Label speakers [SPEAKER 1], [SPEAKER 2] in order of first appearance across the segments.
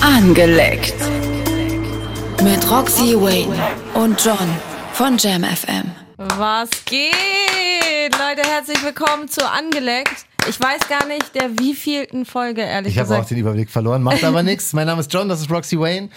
[SPEAKER 1] Angeleckt. Mit Roxy Wayne und John von Jam FM.
[SPEAKER 2] Was geht? Leute, herzlich willkommen zu Angeleckt. Ich weiß gar nicht, der wievielten Folge, ehrlich
[SPEAKER 3] Ich habe auch
[SPEAKER 2] gesagt.
[SPEAKER 3] den Überblick verloren, macht aber nichts. Mein Name ist John, das ist Roxy Wayne.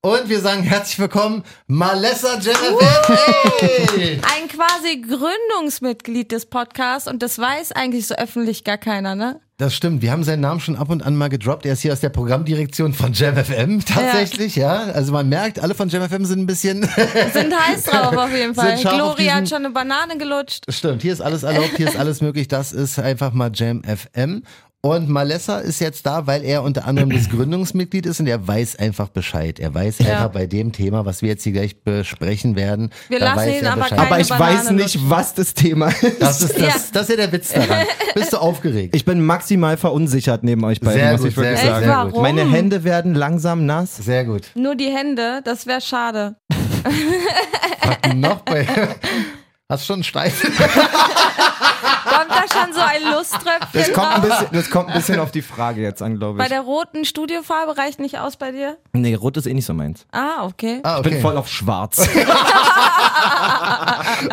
[SPEAKER 3] Und wir sagen herzlich willkommen, Malessa Jennifer. Hey!
[SPEAKER 2] Ein quasi Gründungsmitglied des Podcasts und das weiß eigentlich so öffentlich gar keiner, ne?
[SPEAKER 3] Das stimmt, wir haben seinen Namen schon ab und an mal gedroppt. Er ist hier aus der Programmdirektion von JamFM tatsächlich, ja. Also man merkt, alle von JamFM sind ein bisschen.
[SPEAKER 2] Sind heiß drauf auf jeden Fall.
[SPEAKER 3] Sind scharf auf
[SPEAKER 2] Gloria hat
[SPEAKER 3] diesen-
[SPEAKER 2] schon eine Banane gelutscht.
[SPEAKER 3] stimmt, hier ist alles erlaubt, hier ist alles möglich. Das ist einfach mal JamFM. Und Malessa ist jetzt da, weil er unter anderem das Gründungsmitglied ist und er weiß einfach Bescheid. Er weiß einfach bei dem Thema, was wir jetzt hier gleich besprechen werden.
[SPEAKER 2] Wir
[SPEAKER 3] da
[SPEAKER 2] lassen
[SPEAKER 3] weiß
[SPEAKER 2] ihn
[SPEAKER 3] er
[SPEAKER 2] aber
[SPEAKER 3] Bescheid.
[SPEAKER 2] keine
[SPEAKER 4] Aber ich
[SPEAKER 2] Banane
[SPEAKER 4] weiß nicht, was das Thema ist.
[SPEAKER 3] Das ist, das,
[SPEAKER 2] Ja.
[SPEAKER 3] das ist ja der Witz daran. Bist du aufgeregt?
[SPEAKER 4] Ich bin maximal verunsichert neben euch beiden,
[SPEAKER 3] Sehr
[SPEAKER 4] muss
[SPEAKER 3] gut,
[SPEAKER 4] ich wirklich
[SPEAKER 3] sehr
[SPEAKER 2] gut,
[SPEAKER 4] sagen.
[SPEAKER 2] sehr gut. Warum?
[SPEAKER 4] Meine Hände werden langsam nass.
[SPEAKER 3] Sehr gut.
[SPEAKER 2] Nur die Hände, das wäre schade.
[SPEAKER 3] Noch bei. Hast schon einen Steif.
[SPEAKER 2] Kommt da schon so ein Lusttröpfchen
[SPEAKER 4] Das kommt, ein
[SPEAKER 2] raus?
[SPEAKER 4] bisschen, das kommt ein bisschen auf die Frage jetzt an, glaube
[SPEAKER 2] Bei
[SPEAKER 4] ich.
[SPEAKER 2] der roten Studiofarbe reicht nicht aus bei dir?
[SPEAKER 4] Nee, rot ist eh nicht so meins.
[SPEAKER 2] Ah, okay.
[SPEAKER 3] Ah,
[SPEAKER 4] Ich bin voll auf schwarz.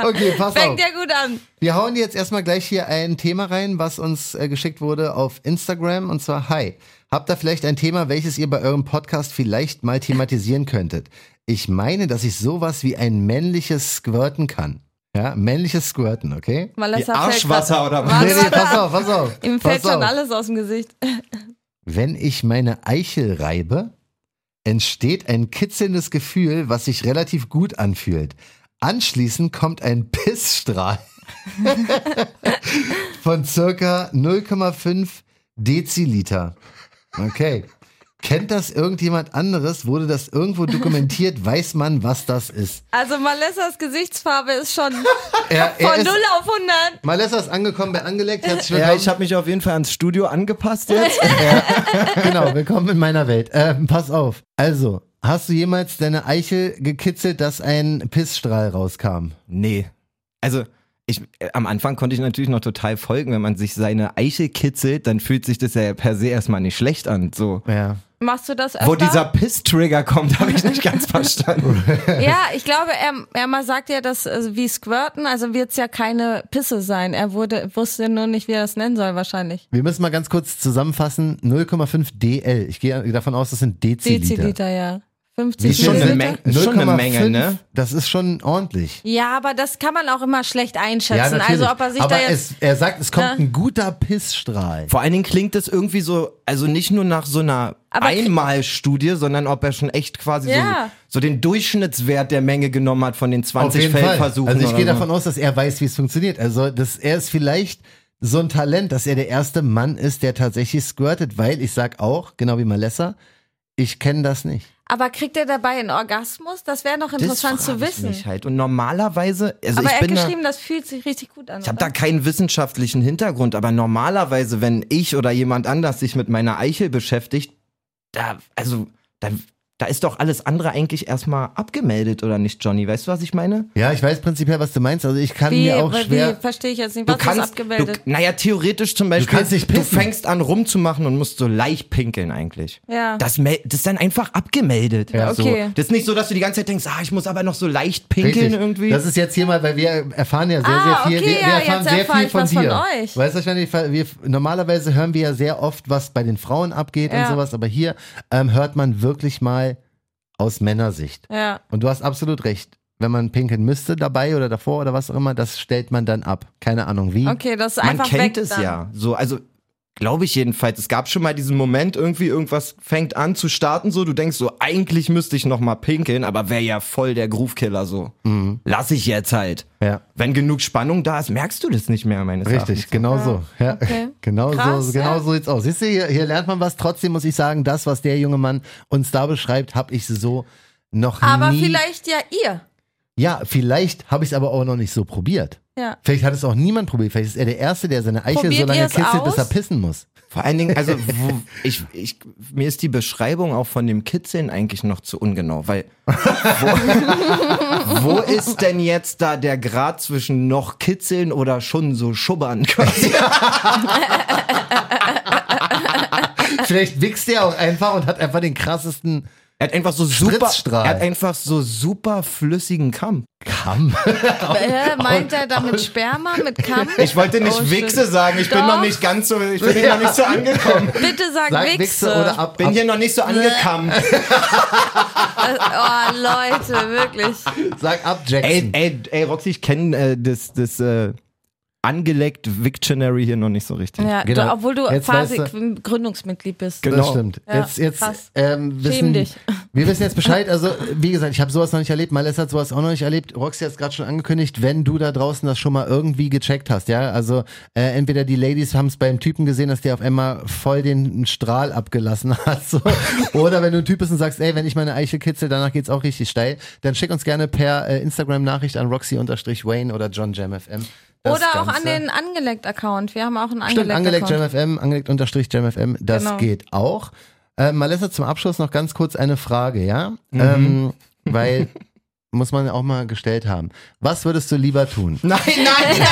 [SPEAKER 3] Okay, pass auf.
[SPEAKER 2] Fängt ja gut an.
[SPEAKER 3] Wir hauen jetzt erstmal gleich hier ein Thema rein, was uns äh, geschickt wurde auf Instagram und zwar Hi. Habt ihr vielleicht ein Thema, welches ihr bei eurem Podcast vielleicht mal thematisieren könntet? Ich meine, dass ich sowas wie ein männliches Squirten kann. Ja, männliches Squirten, okay?
[SPEAKER 4] Wie
[SPEAKER 2] Malessa fällt grad-
[SPEAKER 4] Arschwasser oder
[SPEAKER 2] Warte,
[SPEAKER 3] Nee, nee,
[SPEAKER 2] warte,
[SPEAKER 3] pass auf, pass auf.
[SPEAKER 2] Ihm fällt
[SPEAKER 3] pass
[SPEAKER 2] schon
[SPEAKER 3] auf.
[SPEAKER 2] alles aus dem Gesicht.
[SPEAKER 3] Wenn ich meine Eichel reibe, entsteht ein kitzelndes Gefühl, was sich relativ gut anfühlt. Anschließend kommt ein Pissstrahl von circa 0,5 Deziliter. Okay. Kennt das irgendjemand anderes? Wurde das irgendwo dokumentiert? Weiß man, was das ist?
[SPEAKER 2] Also Malessas Gesichtsfarbe ist schon
[SPEAKER 3] Er, er
[SPEAKER 2] von
[SPEAKER 3] ist,
[SPEAKER 2] 0 auf 100.
[SPEAKER 3] Malessa ist angekommen bei Angeleckt. Herzlich willkommen.
[SPEAKER 4] Ja, ich habe mich auf jeden Fall ans Studio angepasst jetzt.
[SPEAKER 3] genau, willkommen in meiner Welt. Ähm, pass auf. Also, hast du jemals deine Eichel gekitzelt, dass ein Pissstrahl rauskam?
[SPEAKER 4] Nee. Also, ich, äh, am Anfang konnte ich natürlich noch total folgen. Wenn man sich seine Eiche kitzelt, dann fühlt sich das ja per se erstmal nicht schlecht an. So.
[SPEAKER 3] Ja.
[SPEAKER 2] Machst du das öfter?
[SPEAKER 4] Wo dieser Piss-Trigger kommt, habe ich nicht ganz verstanden.
[SPEAKER 2] ja, ich glaube, er, er mal sagt ja, dass also wie Squirten, also wird's ja keine Pisse sein. Er wurde, wusste nur nicht, wie er das nennen soll wahrscheinlich.
[SPEAKER 3] Wir müssen mal ganz kurz zusammenfassen. 0,5 DL. Ich gehe davon aus, das sind Deziliter.
[SPEAKER 2] Deziliter, ja.
[SPEAKER 3] Wie
[SPEAKER 2] 50
[SPEAKER 4] Ist schon eine
[SPEAKER 2] Milliliter.
[SPEAKER 4] Menge- ist schon eine Menge, ne?
[SPEAKER 3] Das ist schon ordentlich.
[SPEAKER 2] Ja, aber das kann man auch immer schlecht einschätzen. also ob er sich
[SPEAKER 3] Aber
[SPEAKER 2] da jetzt...
[SPEAKER 3] es, er sagt, es kommt
[SPEAKER 2] Ja.
[SPEAKER 3] ein guter Pissstrahl.
[SPEAKER 4] Vor allen Dingen klingt das irgendwie so, also nicht nur nach so einer
[SPEAKER 2] Aber kri-
[SPEAKER 4] Einmalstudie, sondern ob er schon echt quasi
[SPEAKER 2] Ja.
[SPEAKER 4] so, so den Durchschnittswert der Menge genommen hat von den 20 Feldversuchen.
[SPEAKER 3] Also ich
[SPEAKER 4] oder
[SPEAKER 3] gehe
[SPEAKER 4] so.
[SPEAKER 3] davon aus, dass er weiß, wie es funktioniert. Also dass er ist vielleicht so ein Talent, dass er der erste Mann ist, der tatsächlich squirtet, weil ich sag auch, genau wie Malessa, ich kenne das nicht.
[SPEAKER 2] Aber kriegt er dabei einen Orgasmus? Das wäre noch
[SPEAKER 4] Das
[SPEAKER 2] interessant zu
[SPEAKER 4] frag ich
[SPEAKER 2] wissen.
[SPEAKER 4] mich Halt. Und normalerweise, also
[SPEAKER 2] aber
[SPEAKER 4] ich
[SPEAKER 2] er hat
[SPEAKER 4] bin da,
[SPEAKER 2] geschrieben, das fühlt sich richtig gut an.
[SPEAKER 4] ich habe
[SPEAKER 2] oder?
[SPEAKER 4] da keinen wissenschaftlichen Hintergrund, aber normalerweise, wenn ich oder jemand anders sich mit meiner Eichel beschäftigt, da, also, da, da ist doch alles andere eigentlich erstmal abgemeldet, oder nicht, Johnny? Weißt du, was ich meine?
[SPEAKER 3] Ja, ich weiß prinzipiell, was du meinst. Also ich kann
[SPEAKER 2] Wie,
[SPEAKER 3] mir auch
[SPEAKER 2] wie-
[SPEAKER 3] schwer.
[SPEAKER 2] wie verstehe ich jetzt nicht,
[SPEAKER 4] Du
[SPEAKER 2] was ist
[SPEAKER 4] kannst, du,
[SPEAKER 2] abgebildet?
[SPEAKER 4] naja, theoretisch zum Beispiel,
[SPEAKER 3] kannst nicht pissen.
[SPEAKER 4] fängst an rumzumachen und musst so leicht pinkeln eigentlich.
[SPEAKER 2] Ja.
[SPEAKER 4] Das, mel- das ist dann einfach abgemeldet.
[SPEAKER 3] Ja.
[SPEAKER 4] so.
[SPEAKER 2] Okay.
[SPEAKER 4] Das ist nicht so, dass du die ganze Zeit denkst, ah, ich muss aber noch so leicht pinkeln irgendwie.
[SPEAKER 3] Das ist jetzt hier mal, weil wir erfahren ja sehr,
[SPEAKER 2] Ah,
[SPEAKER 3] sehr viel.
[SPEAKER 2] okay,
[SPEAKER 3] wir, wir
[SPEAKER 2] ja,
[SPEAKER 3] erfahren
[SPEAKER 2] jetzt
[SPEAKER 3] sehr
[SPEAKER 2] erfahre
[SPEAKER 3] viel
[SPEAKER 2] ich
[SPEAKER 3] von
[SPEAKER 2] was von
[SPEAKER 3] dir.
[SPEAKER 2] euch.
[SPEAKER 3] Weißt du wahrscheinlich, weil wir normalerweise hören wir ja sehr oft, was bei den Frauen abgeht
[SPEAKER 2] Ja.
[SPEAKER 3] und sowas, aber hier ähm, hört man wirklich mal aus Männersicht.
[SPEAKER 2] ja.
[SPEAKER 3] Und du hast absolut recht. Wenn man pinkeln müsste dabei oder davor oder was auch immer, das stellt man dann ab. Keine Ahnung wie.
[SPEAKER 2] Okay, das ist
[SPEAKER 4] Man
[SPEAKER 2] einfach weg
[SPEAKER 4] kennt es
[SPEAKER 2] dann.
[SPEAKER 4] ja. So, also glaube ich jedenfalls. Es gab schon mal diesen Moment, irgendwie irgendwas fängt an zu starten so. Du denkst so, eigentlich müsste ich noch mal pinkeln, aber wäre ja voll der Groove-Killer so.
[SPEAKER 3] Mhm.
[SPEAKER 4] Lass ich jetzt halt.
[SPEAKER 3] Ja.
[SPEAKER 4] Wenn genug Spannung da ist, merkst du das nicht mehr meines
[SPEAKER 3] Richtig, genau so. Ja,
[SPEAKER 2] Okay.
[SPEAKER 3] genau
[SPEAKER 2] Krass,
[SPEAKER 3] so, genau
[SPEAKER 2] ja.
[SPEAKER 3] so sieht's aus. Siehst du, hier, hier lernt man was. Trotzdem muss ich sagen, das, was der junge Mann uns da beschreibt, habe ich so noch
[SPEAKER 2] Aber
[SPEAKER 3] nie.
[SPEAKER 2] vielleicht ja ihr.
[SPEAKER 3] Ja, vielleicht habe ich es aber auch noch nicht so probiert.
[SPEAKER 2] Ja.
[SPEAKER 3] Vielleicht hat es auch niemand probiert. Vielleicht ist er der Erste, der seine Eichel
[SPEAKER 2] Probiert
[SPEAKER 3] so
[SPEAKER 2] ihr
[SPEAKER 3] lange
[SPEAKER 2] es
[SPEAKER 3] kitzelt,
[SPEAKER 2] aus?
[SPEAKER 3] bis er pissen muss.
[SPEAKER 4] Vor allen Dingen, also wo, ich, ich, mir ist die Beschreibung auch von dem Kitzeln eigentlich noch zu ungenau, weil wo, wo ist denn jetzt da der Grad zwischen noch kitzeln oder schon so schubbern quasi?
[SPEAKER 3] Vielleicht wichst der auch einfach und hat einfach den krassesten
[SPEAKER 4] Er hat einfach so super,
[SPEAKER 3] Spritzstrahl.
[SPEAKER 4] er hat einfach so super flüssigen Kamm.
[SPEAKER 3] Kamm.
[SPEAKER 2] Äh, meint er damit Sperma, mit Kamm?
[SPEAKER 4] Ich wollte nicht
[SPEAKER 2] Oh,
[SPEAKER 4] Wichse sagen, ich bin
[SPEAKER 2] Doch.
[SPEAKER 4] noch nicht ganz so, ich bin hier noch nicht so angekommen.
[SPEAKER 2] shit. Bitte sag,
[SPEAKER 3] Sag
[SPEAKER 2] Wichse.
[SPEAKER 3] Wichse oder ab.
[SPEAKER 4] Bin
[SPEAKER 3] ab
[SPEAKER 4] hier noch nicht so angekommen.
[SPEAKER 2] Äh, Oh, Leute, wirklich.
[SPEAKER 3] sag ab, Jackson.
[SPEAKER 4] Ey, ey, ey, Roxy, ich kenne äh, das, das äh, angeleckt Victionary hier noch nicht so richtig.
[SPEAKER 2] Ja,
[SPEAKER 3] Genau.
[SPEAKER 2] du, obwohl du
[SPEAKER 3] Jetzt
[SPEAKER 2] quasi
[SPEAKER 3] weißt
[SPEAKER 2] Gründungsmitglied bist.
[SPEAKER 4] Ge-
[SPEAKER 3] Das
[SPEAKER 4] Genau.
[SPEAKER 3] stimmt.
[SPEAKER 2] Ja,
[SPEAKER 3] jetzt, jetzt,
[SPEAKER 2] krass.
[SPEAKER 3] ähm, wissen,
[SPEAKER 2] Schäm dich.
[SPEAKER 3] wir wissen jetzt Bescheid. Also, wie gesagt, ich habe sowas noch nicht erlebt. Malessa hat sowas auch noch nicht erlebt. Roxy hat es gerade schon angekündigt, wenn du da draußen das schon mal irgendwie gecheckt hast, ja. Also, äh, entweder die Ladies haben es beim Typen gesehen, dass der auf einmal voll den Strahl abgelassen hat, so. Oder wenn du ein Typ bist und sagst, ey, wenn ich meine Eiche kitzel, danach geht's auch richtig steil, dann schick uns gerne per äh, Instagram-Nachricht an Roxy-Wayne oder JohnJamFM. Das
[SPEAKER 2] Oder auch an
[SPEAKER 3] Ganze-
[SPEAKER 2] den Angelegt-Account. Wir haben auch einen
[SPEAKER 3] Stimmt, angelegt
[SPEAKER 2] Angelegt-Account.
[SPEAKER 3] JamFM, angelegt unterstrich JamFM, das
[SPEAKER 2] Genau.
[SPEAKER 3] geht auch. Ähm, Malessa, zum Abschluss noch ganz kurz eine Frage, ja? Ähm, weil, muss man auch mal gestellt haben. Was würdest du lieber tun?
[SPEAKER 4] Nein, nein,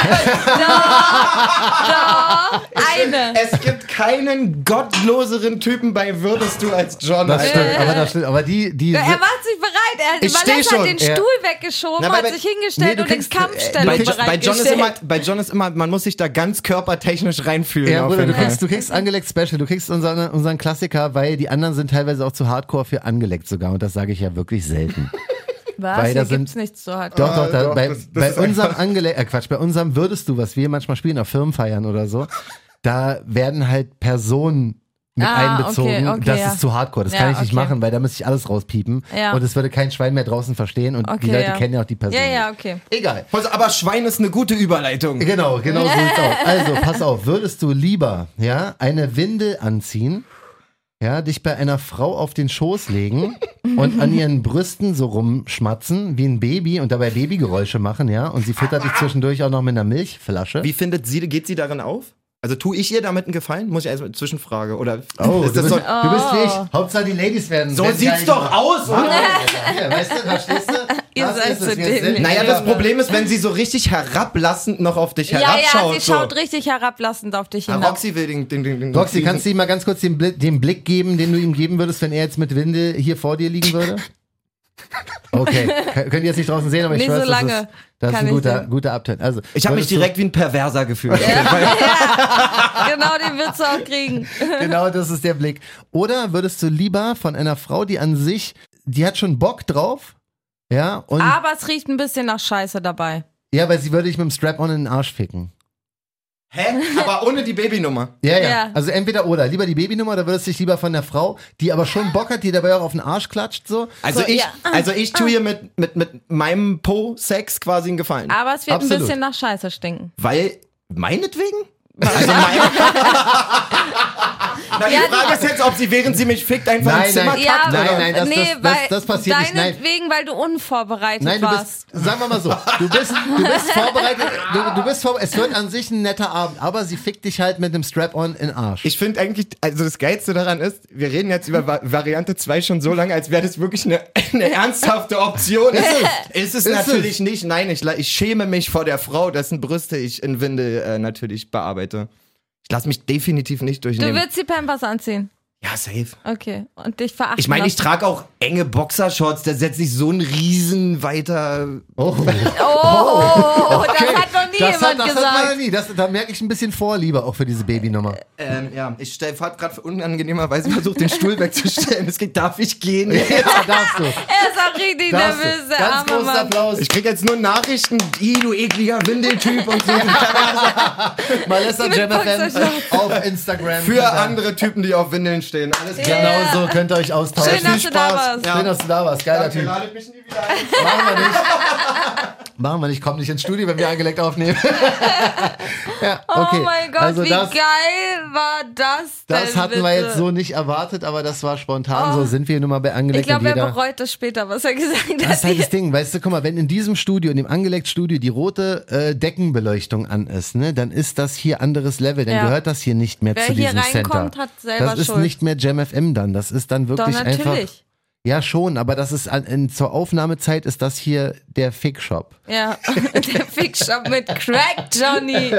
[SPEAKER 2] Eine.
[SPEAKER 4] es gibt keinen gottloseren Typen bei Würdest du als John.
[SPEAKER 3] Das
[SPEAKER 4] Alter.
[SPEAKER 3] stimmt, aber das stimmt, aber die, die,
[SPEAKER 2] Er macht sich bereit. Er
[SPEAKER 4] Ich steh
[SPEAKER 2] Valens
[SPEAKER 4] schon.
[SPEAKER 2] hat den
[SPEAKER 3] Ja.
[SPEAKER 2] Stuhl weggeschoben,
[SPEAKER 4] Na,
[SPEAKER 2] hat
[SPEAKER 4] bei-
[SPEAKER 2] sich
[SPEAKER 3] Nee,
[SPEAKER 2] hingestellt
[SPEAKER 3] du
[SPEAKER 2] und den
[SPEAKER 3] kriegst-
[SPEAKER 2] Kampfstelle
[SPEAKER 4] bei,
[SPEAKER 2] bereitgestellt.
[SPEAKER 4] bei, John ist immer, bei John ist immer, man muss sich da ganz körpertechnisch reinfühlen.
[SPEAKER 3] ja,
[SPEAKER 4] auf
[SPEAKER 3] Bruder, du
[SPEAKER 4] jeden Fall.
[SPEAKER 3] kriegst, du kriegst angelegt Special, du kriegst unseren, unseren Klassiker, weil die anderen sind teilweise auch zu hardcore für angelegt sogar und das sage ich ja wirklich selten.
[SPEAKER 2] Was?
[SPEAKER 3] Weil da
[SPEAKER 2] Hier gibt's
[SPEAKER 3] sind-
[SPEAKER 2] nichts zu halten.
[SPEAKER 3] Doch, doch, da,
[SPEAKER 4] Ah, doch,
[SPEAKER 3] bei,
[SPEAKER 4] das- das ist
[SPEAKER 3] bei unserem Angele äh, Quatsch, bei unserem würdest du, was wir manchmal spielen, auf Firmenfeiern oder so, da werden halt Personen mit
[SPEAKER 2] Ah, okay,
[SPEAKER 3] einbezogen.
[SPEAKER 2] okay,
[SPEAKER 3] das
[SPEAKER 2] ja.
[SPEAKER 3] ist zu hardcore, das
[SPEAKER 2] Ja,
[SPEAKER 3] kann ich nicht
[SPEAKER 2] okay.
[SPEAKER 3] machen, weil da müsste ich alles rauspiepen
[SPEAKER 2] Ja.
[SPEAKER 3] und es würde kein Schwein mehr draußen verstehen und die
[SPEAKER 2] Okay,
[SPEAKER 3] Leute
[SPEAKER 2] ja.
[SPEAKER 3] kennen ja auch die Person.
[SPEAKER 2] Ja, ja, okay.
[SPEAKER 3] Egal.
[SPEAKER 4] Also, aber Schwein ist eine gute Überleitung.
[SPEAKER 3] Genau, genau so sieht's aus. Also, pass auf, würdest du lieber, ja, eine Windel anziehen, ja, dich bei einer Frau auf den Schoß legen und an ihren Brüsten so rumschmatzen wie ein Baby und dabei Babygeräusche machen, ja, und sie füttert dich zwischendurch auch noch mit einer Milchflasche.
[SPEAKER 4] Wie findet sie, geht sie darin auf? Also tue ich ihr damit einen Gefallen? Muss ich erstmal Zwischenfrage oder
[SPEAKER 3] Oh,
[SPEAKER 4] ist
[SPEAKER 3] du,
[SPEAKER 4] das
[SPEAKER 3] bist,
[SPEAKER 4] so?
[SPEAKER 3] du bist wie ich.
[SPEAKER 2] Oh.
[SPEAKER 3] Hauptsache die Ladies werden.
[SPEAKER 4] So
[SPEAKER 3] werden
[SPEAKER 4] sieht's
[SPEAKER 3] geil
[SPEAKER 4] doch
[SPEAKER 3] gemacht.
[SPEAKER 4] aus, oder?
[SPEAKER 3] Ja, weißt du, verstehst du?
[SPEAKER 2] Ihr
[SPEAKER 3] Das
[SPEAKER 2] seid
[SPEAKER 3] ist es,
[SPEAKER 2] so
[SPEAKER 3] wir
[SPEAKER 2] dämlich.
[SPEAKER 3] sind-
[SPEAKER 4] Naja, das Problem ist, wenn sie so richtig herablassend noch auf dich
[SPEAKER 2] Ja,
[SPEAKER 4] herabschaut.
[SPEAKER 2] ja, sie
[SPEAKER 4] so.
[SPEAKER 2] schaut richtig herablassend auf dich
[SPEAKER 4] Ah,
[SPEAKER 2] hinab.
[SPEAKER 4] Roxy will den, den, den, den
[SPEAKER 3] Roxy,
[SPEAKER 4] diesen-
[SPEAKER 3] kannst du ihm mal ganz kurz den Blick, den Blick geben, den du ihm geben würdest, wenn er jetzt mit Windel hier vor dir liegen würde? Okay, K- könnt ihr jetzt nicht draußen sehen, aber ich
[SPEAKER 2] Nee,
[SPEAKER 3] schwöre,
[SPEAKER 2] so
[SPEAKER 3] das
[SPEAKER 2] lange
[SPEAKER 3] ist, das ist
[SPEAKER 2] kann
[SPEAKER 3] ein
[SPEAKER 2] ich
[SPEAKER 3] guter,
[SPEAKER 2] sehen.
[SPEAKER 3] guter Upturn. Also,
[SPEAKER 4] Ich habe mich
[SPEAKER 3] würdest
[SPEAKER 4] direkt wie ein Perverser gefühlt.
[SPEAKER 2] Genau, den wirst du auch kriegen.
[SPEAKER 3] du, Genau, das ist der Blick. Oder würdest du lieber von einer Frau, die an sich, die hat schon Bock drauf, ja, und
[SPEAKER 2] Aber es riecht ein bisschen nach Scheiße dabei.
[SPEAKER 3] ja, weil sie würde dich mit dem Strap-on in den Arsch ficken.
[SPEAKER 4] Hä? Aber ohne die Babynummer.
[SPEAKER 3] Ja, ja,
[SPEAKER 2] Ja.
[SPEAKER 3] Also entweder oder. Lieber die Babynummer oder würdest du dich lieber von einer Frau, die aber schon Bock hat, die dabei auch auf den Arsch klatscht, so?
[SPEAKER 4] Also
[SPEAKER 2] So,
[SPEAKER 4] ich,
[SPEAKER 2] ja. Ah,
[SPEAKER 4] also ich tue ihr mit, mit, mit meinem Po-Sex quasi einen Gefallen.
[SPEAKER 2] Aber es wird
[SPEAKER 3] Absolut.
[SPEAKER 2] ein bisschen nach Scheiße stinken.
[SPEAKER 4] Weil, meinetwegen? Also mein Na, die
[SPEAKER 2] Ja,
[SPEAKER 4] Frage
[SPEAKER 2] die-
[SPEAKER 4] ist jetzt, ob sie, während sie mich fickt, einfach
[SPEAKER 3] Nein,
[SPEAKER 4] ins Zimmer
[SPEAKER 3] nein.
[SPEAKER 4] kackt.
[SPEAKER 2] Ja,
[SPEAKER 3] Nein,
[SPEAKER 4] oder?
[SPEAKER 3] nein, das-
[SPEAKER 2] nee,
[SPEAKER 3] das- das-
[SPEAKER 2] weil
[SPEAKER 3] das passiert nicht, nein.
[SPEAKER 2] deinetwegen, weil du unvorbereitet
[SPEAKER 3] Nein, du
[SPEAKER 2] warst.
[SPEAKER 3] bist, sagen wir mal so, du bist, du bist vorbereitet, du, du bist vorbereitet, es wird an sich ein netter Abend, aber sie fickt dich halt mit einem Strap-on in den Arsch.
[SPEAKER 4] Ich finde eigentlich, also das Geilste daran ist, wir reden jetzt über Va Variante 2 schon so lange, als wäre das wirklich eine, eine ernsthafte Option. Ist es, ist es
[SPEAKER 3] Ist
[SPEAKER 4] natürlich nicht. Nein, ich, la- ich schäme mich vor der Frau, dessen Brüste ich in Windel äh, natürlich bearbeite. Ich lasse mich definitiv nicht
[SPEAKER 2] Du
[SPEAKER 4] durchnehmen.
[SPEAKER 2] willst die Pampers anziehen.
[SPEAKER 4] ja, safe.
[SPEAKER 2] Okay. Und dich verachten.
[SPEAKER 4] Ich meine, ich
[SPEAKER 2] lassen.
[SPEAKER 4] trage auch enge Boxershorts, da setzt sich so ein riesen weiter.
[SPEAKER 3] oh.
[SPEAKER 2] Oh, das hat noch nie
[SPEAKER 3] das hat,
[SPEAKER 2] jemand
[SPEAKER 3] das
[SPEAKER 2] gesagt.
[SPEAKER 3] hat man nie. Das, da merke ich ein bisschen Vorliebe auch für diese Babynummer.
[SPEAKER 4] Ähm, ja, ich habe gerade unangenehmerweise versucht, den Stuhl wegzustellen. Es geht, darf ich gehen?
[SPEAKER 3] Ja, darfst du.
[SPEAKER 2] er ist auch richtig
[SPEAKER 3] Darfst
[SPEAKER 2] nervös,
[SPEAKER 3] du.
[SPEAKER 2] der
[SPEAKER 3] Ganz
[SPEAKER 2] arme
[SPEAKER 3] großen
[SPEAKER 2] Mann.
[SPEAKER 3] Applaus.
[SPEAKER 4] Ich krieg jetzt nur Nachrichten, I, du ekliger Windeltyp und so.
[SPEAKER 3] Malessa
[SPEAKER 2] Mit
[SPEAKER 3] JamFM
[SPEAKER 2] Boxershorts.
[SPEAKER 3] auf Instagram.
[SPEAKER 4] Für andere Typen, die auf Windeln stehen. Alles klar.
[SPEAKER 3] Genau so könnt ihr euch austauschen.
[SPEAKER 2] Schön, dass du da warst.
[SPEAKER 3] Schön, dass du da warst. Geiler Typ.
[SPEAKER 4] ladet mich nie wieder ein.
[SPEAKER 3] Machen wir nicht. Machen wir nicht. Komm nicht ins Studio, wenn wir angelegt aufnehmen. ja, okay.
[SPEAKER 2] Oh mein Gott,
[SPEAKER 3] also
[SPEAKER 2] wie
[SPEAKER 3] das,
[SPEAKER 2] geil war das denn?
[SPEAKER 3] das hatten
[SPEAKER 2] bitte? Oh.
[SPEAKER 3] wir jetzt so nicht erwartet, aber das war spontan. So sind wir nun mal bei angelegt.
[SPEAKER 2] Ich glaube,
[SPEAKER 3] und
[SPEAKER 2] er
[SPEAKER 3] jeder
[SPEAKER 2] bereut das später, was er gesagt
[SPEAKER 3] das
[SPEAKER 2] hat.
[SPEAKER 3] ist halt das Ding, weißt du, guck mal, wenn in diesem Studio, in dem angelegt Studio, die rote äh, Deckenbeleuchtung an ist, ne, dann ist das hier anderes Level, dann
[SPEAKER 2] Ja.
[SPEAKER 3] gehört das hier nicht mehr
[SPEAKER 2] Wer
[SPEAKER 3] zu
[SPEAKER 2] hier
[SPEAKER 3] diesem Center.
[SPEAKER 2] reinkommt, hat selber
[SPEAKER 3] das ist
[SPEAKER 2] Schuld.
[SPEAKER 3] nicht mehr Jam FM dann, das ist dann
[SPEAKER 2] Doch,
[SPEAKER 3] wirklich einfach
[SPEAKER 2] natürlich.
[SPEAKER 3] Ja, schon, aber das ist an, in, zur Aufnahmezeit ist das hier der Fickshop.
[SPEAKER 2] Ja, der Fickshop mit Crack Johnny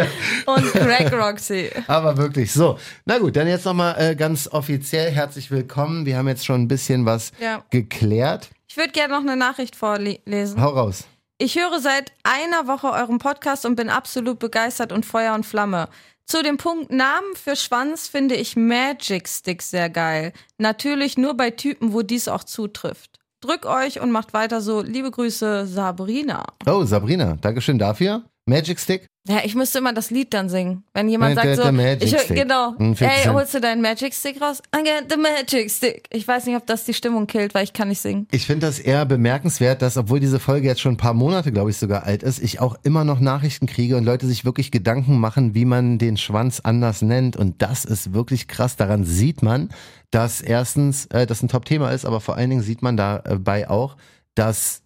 [SPEAKER 2] und Crack Roxy.
[SPEAKER 3] Aber wirklich, so. Na gut, dann jetzt nochmal äh, ganz offiziell herzlich willkommen. Wir haben jetzt schon ein bisschen was
[SPEAKER 2] Ja.
[SPEAKER 3] geklärt.
[SPEAKER 2] Ich würde gerne noch eine Nachricht vorlesen.
[SPEAKER 3] Hau raus.
[SPEAKER 2] Ich höre seit einer Woche euren Podcast und bin absolut begeistert und Feuer und Flamme. Zu dem Punkt Namen für Schwanz finde ich Magic Stick sehr geil. Natürlich nur bei Typen, wo dies auch zutrifft. Drück euch und macht weiter so. Liebe Grüße, Sabrina.
[SPEAKER 3] Oh, Sabrina, Dankeschön dafür. Magic Stick?
[SPEAKER 2] Ja, ich müsste immer das Lied dann singen. Wenn jemand
[SPEAKER 3] I get
[SPEAKER 2] sagt so,
[SPEAKER 3] the magic
[SPEAKER 2] ich,
[SPEAKER 3] stick.
[SPEAKER 2] genau,
[SPEAKER 3] Hm, find ich
[SPEAKER 2] ey,
[SPEAKER 3] schön.
[SPEAKER 2] holst du deinen Magic Stick raus? I get the Magic Stick. Ich weiß nicht, ob das die Stimmung killt, weil ich kann nicht singen.
[SPEAKER 3] Ich finde das eher bemerkenswert, dass, obwohl diese Folge jetzt schon ein paar Monate, glaube ich, sogar alt ist, ich auch immer noch Nachrichten kriege und Leute sich wirklich Gedanken machen, wie man den Schwanz anders nennt. Und das ist wirklich krass. Daran sieht man, dass erstens äh, das ein Top-Thema ist, aber vor allen Dingen sieht man dabei auch, dass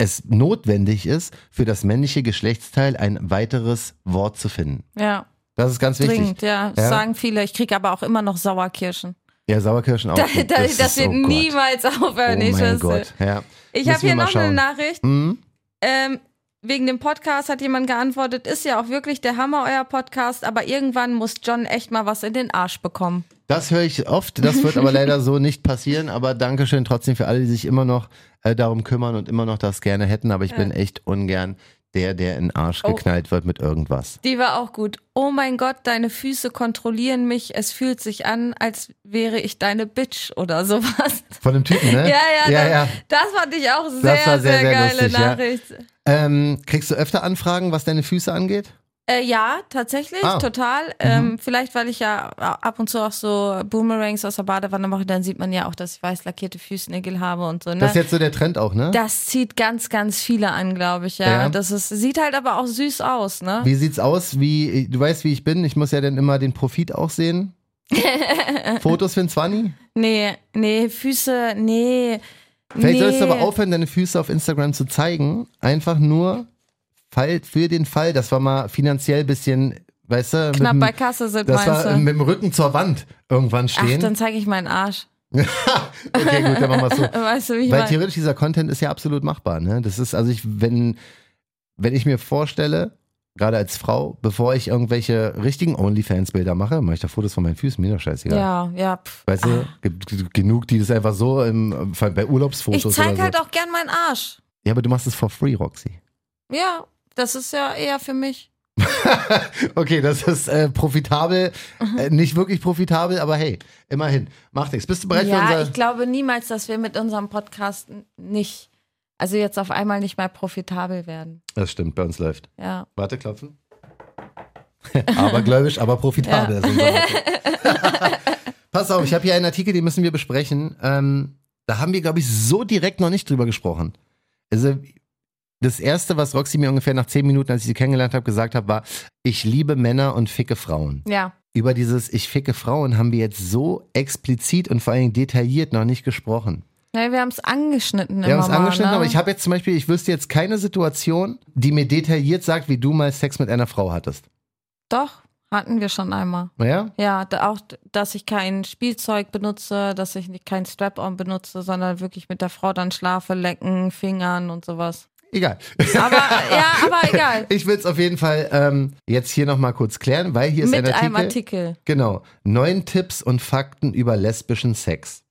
[SPEAKER 3] es notwendig ist, für das männliche Geschlechtsteil ein weiteres Wort zu finden.
[SPEAKER 2] Ja,
[SPEAKER 3] Das ist ganz wichtig.
[SPEAKER 2] dringend, ja. Das
[SPEAKER 3] Ja.
[SPEAKER 2] sagen viele. Ich kriege aber auch immer noch Sauerkirschen.
[SPEAKER 3] Ja, Sauerkirschen auch.
[SPEAKER 2] Da,
[SPEAKER 3] gut.
[SPEAKER 2] da, das
[SPEAKER 3] ist-
[SPEAKER 2] wird
[SPEAKER 3] oh Gott.
[SPEAKER 2] niemals aufhören.
[SPEAKER 3] Oh
[SPEAKER 2] ich
[SPEAKER 3] mein
[SPEAKER 2] schwör's
[SPEAKER 3] Gott.
[SPEAKER 2] dir.
[SPEAKER 3] Ja.
[SPEAKER 2] Ich
[SPEAKER 3] Müssen
[SPEAKER 2] habe
[SPEAKER 3] wir
[SPEAKER 2] hier
[SPEAKER 3] mal
[SPEAKER 2] noch eine
[SPEAKER 3] schauen.
[SPEAKER 2] Nachricht.
[SPEAKER 3] Mhm.
[SPEAKER 2] Ähm, wegen dem Podcast hat jemand geantwortet, ist ja auch wirklich der Hammer, euer Podcast, aber irgendwann muss John echt mal was in den Arsch bekommen.
[SPEAKER 3] Das höre ich oft, das wird aber leider so nicht passieren. Aber Dankeschön trotzdem für alle, die sich immer noch äh, darum kümmern und immer noch das gerne hätten. Aber ich bin echt ungern der, der in den Arsch
[SPEAKER 2] Oh.
[SPEAKER 3] geknallt wird mit irgendwas.
[SPEAKER 2] Die war auch gut. Oh mein Gott, deine Füße kontrollieren mich. Es fühlt sich an, als wäre ich deine Bitch oder sowas.
[SPEAKER 3] Von dem Typen, ne?
[SPEAKER 2] Ja, ja,
[SPEAKER 3] ja,
[SPEAKER 2] das,
[SPEAKER 3] ja.
[SPEAKER 2] das fand ich auch sehr,
[SPEAKER 3] war
[SPEAKER 2] sehr,
[SPEAKER 3] sehr, sehr
[SPEAKER 2] geile
[SPEAKER 3] lustig, ja.
[SPEAKER 2] Nachricht.
[SPEAKER 3] Ähm, kriegst du öfter Anfragen, was deine Füße angeht?
[SPEAKER 2] Äh, ja, tatsächlich,
[SPEAKER 3] Ah.
[SPEAKER 2] total. Ähm, Vielleicht, weil ich ja ab und zu auch so Boomerangs aus der Badewanne mache, dann sieht man ja auch, dass ich weiß lackierte Füßnägel habe und so. Ne?
[SPEAKER 3] Das ist jetzt so der Trend auch, ne?
[SPEAKER 2] Das zieht ganz, ganz viele an, glaube ich, ja.
[SPEAKER 3] Ja.
[SPEAKER 2] Das ist, sieht halt aber auch süß aus, ne?
[SPEAKER 3] Wie sieht's aus? Wie, du weißt, wie ich bin. Ich muss ja dann immer den Profit auch sehen. Fotos für ein Zwanni?
[SPEAKER 2] Nee, nee, Füße, nee.
[SPEAKER 3] Vielleicht
[SPEAKER 2] nee.
[SPEAKER 3] solltest du aber aufhören, deine Füße auf Instagram zu zeigen. Einfach nur Fall, für den Fall, dass wir mal finanziell ein bisschen, weißt du, mit
[SPEAKER 2] Knapp
[SPEAKER 3] dem-
[SPEAKER 2] bei Kasse sind,
[SPEAKER 3] dass
[SPEAKER 2] meinst
[SPEAKER 3] wir
[SPEAKER 2] du?
[SPEAKER 3] mit dem Rücken zur Wand irgendwann
[SPEAKER 2] Ach,
[SPEAKER 3] stehen.
[SPEAKER 2] dann zeige ich meinen Arsch.
[SPEAKER 3] okay, gut, dann machen wir so.
[SPEAKER 2] Weißt du, wie ich
[SPEAKER 3] Weil
[SPEAKER 2] meine?
[SPEAKER 3] theoretisch dieser Content ist ja absolut machbar. Ne? Das ist, also ich, wenn, wenn ich mir vorstelle, gerade als Frau, bevor ich irgendwelche richtigen Onlyfans-Bilder mache, mache ich da Fotos von meinen Füßen, mir doch scheißegal.
[SPEAKER 2] Ja, Ah. ja. Pff.
[SPEAKER 3] Weißt du, gibt g- genug, die das einfach so im, bei Urlaubsfotos
[SPEAKER 2] Ich zeige
[SPEAKER 3] oder
[SPEAKER 2] halt
[SPEAKER 3] so.
[SPEAKER 2] auch gern meinen Arsch.
[SPEAKER 3] Ja, aber du machst es for free, Roxy.
[SPEAKER 2] Ja, das ist ja eher für mich.
[SPEAKER 3] Okay, das ist äh, profitabel,
[SPEAKER 2] Mhm.
[SPEAKER 3] äh, nicht wirklich profitabel, aber hey, immerhin. Macht nichts. Bist du bereit für
[SPEAKER 2] Ja,
[SPEAKER 3] unser.
[SPEAKER 2] ich glaube niemals, dass wir mit unserem Podcast n- nicht, also jetzt auf einmal nicht mehr profitabel werden.
[SPEAKER 3] das stimmt, bei uns läuft.
[SPEAKER 2] Ja.
[SPEAKER 3] Warte, klopfen. aber gläubisch, aber profitabel. Das ist unser Motto. Pass auf, ich habe hier einen Artikel, den müssen wir besprechen. Ähm, da haben wir, glaube ich, so direkt noch nicht drüber gesprochen. Also, das Erste, was Roxy mir ungefähr nach zehn Minuten, als ich sie kennengelernt habe, gesagt habe, war, ich liebe Männer und ficke Frauen.
[SPEAKER 2] Ja.
[SPEAKER 3] über dieses Ich ficke Frauen haben wir jetzt so explizit und vor allen Dingen detailliert noch nicht gesprochen.
[SPEAKER 2] Ja, wir haben es angeschnitten
[SPEAKER 3] wir
[SPEAKER 2] immer
[SPEAKER 3] haben es
[SPEAKER 2] mal,
[SPEAKER 3] angeschnitten,
[SPEAKER 2] ne?
[SPEAKER 3] aber ich habe jetzt zum Beispiel, ich wüsste jetzt keine Situation, die mir detailliert sagt, wie du mal Sex mit einer Frau hattest.
[SPEAKER 2] Doch, hatten wir schon einmal.
[SPEAKER 3] Ja?
[SPEAKER 2] Ja, da auch, dass ich kein Spielzeug benutze, dass ich nicht kein Strap-on benutze, sondern wirklich mit der Frau dann schlafe, lecken, Fingern und sowas.
[SPEAKER 3] Egal.
[SPEAKER 2] Aber ja, aber egal.
[SPEAKER 3] Ich will es auf jeden Fall ähm, jetzt hier nochmal kurz klären, weil hier ist
[SPEAKER 2] Mit
[SPEAKER 3] ein Artikel.
[SPEAKER 2] einem Artikel.
[SPEAKER 3] Genau. Neun Tipps und Fakten über lesbischen Sex.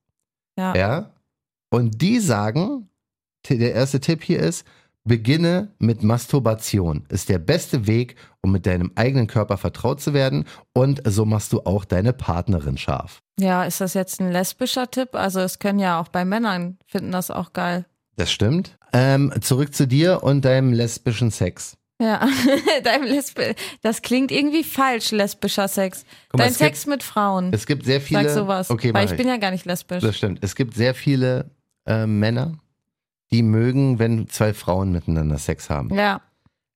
[SPEAKER 2] Ja.
[SPEAKER 3] Ja? Und die sagen, t- der erste Tipp hier ist, beginne mit Masturbation. Ist der beste Weg, um mit deinem eigenen Körper vertraut zu werden und so machst du auch deine Partnerin scharf.
[SPEAKER 2] ja, ist das jetzt ein lesbischer Tipp? Also es können ja auch bei Männern finden das auch geil.
[SPEAKER 3] Das stimmt. Ähm, zurück zu dir und deinem lesbischen Sex.
[SPEAKER 2] Ja, Dein Lesb das klingt irgendwie falsch, lesbischer Sex.
[SPEAKER 3] Guck mal,
[SPEAKER 2] Dein
[SPEAKER 3] es gibt-
[SPEAKER 2] Sex mit Frauen.
[SPEAKER 3] Es gibt sehr viele.
[SPEAKER 2] Sag sowas.
[SPEAKER 3] Okay,
[SPEAKER 2] weil
[SPEAKER 3] mach
[SPEAKER 2] ich bin ja gar nicht lesbisch.
[SPEAKER 3] Das stimmt. Es gibt sehr viele äh, Männer, die mögen, wenn zwei Frauen miteinander Sex haben.
[SPEAKER 2] ja.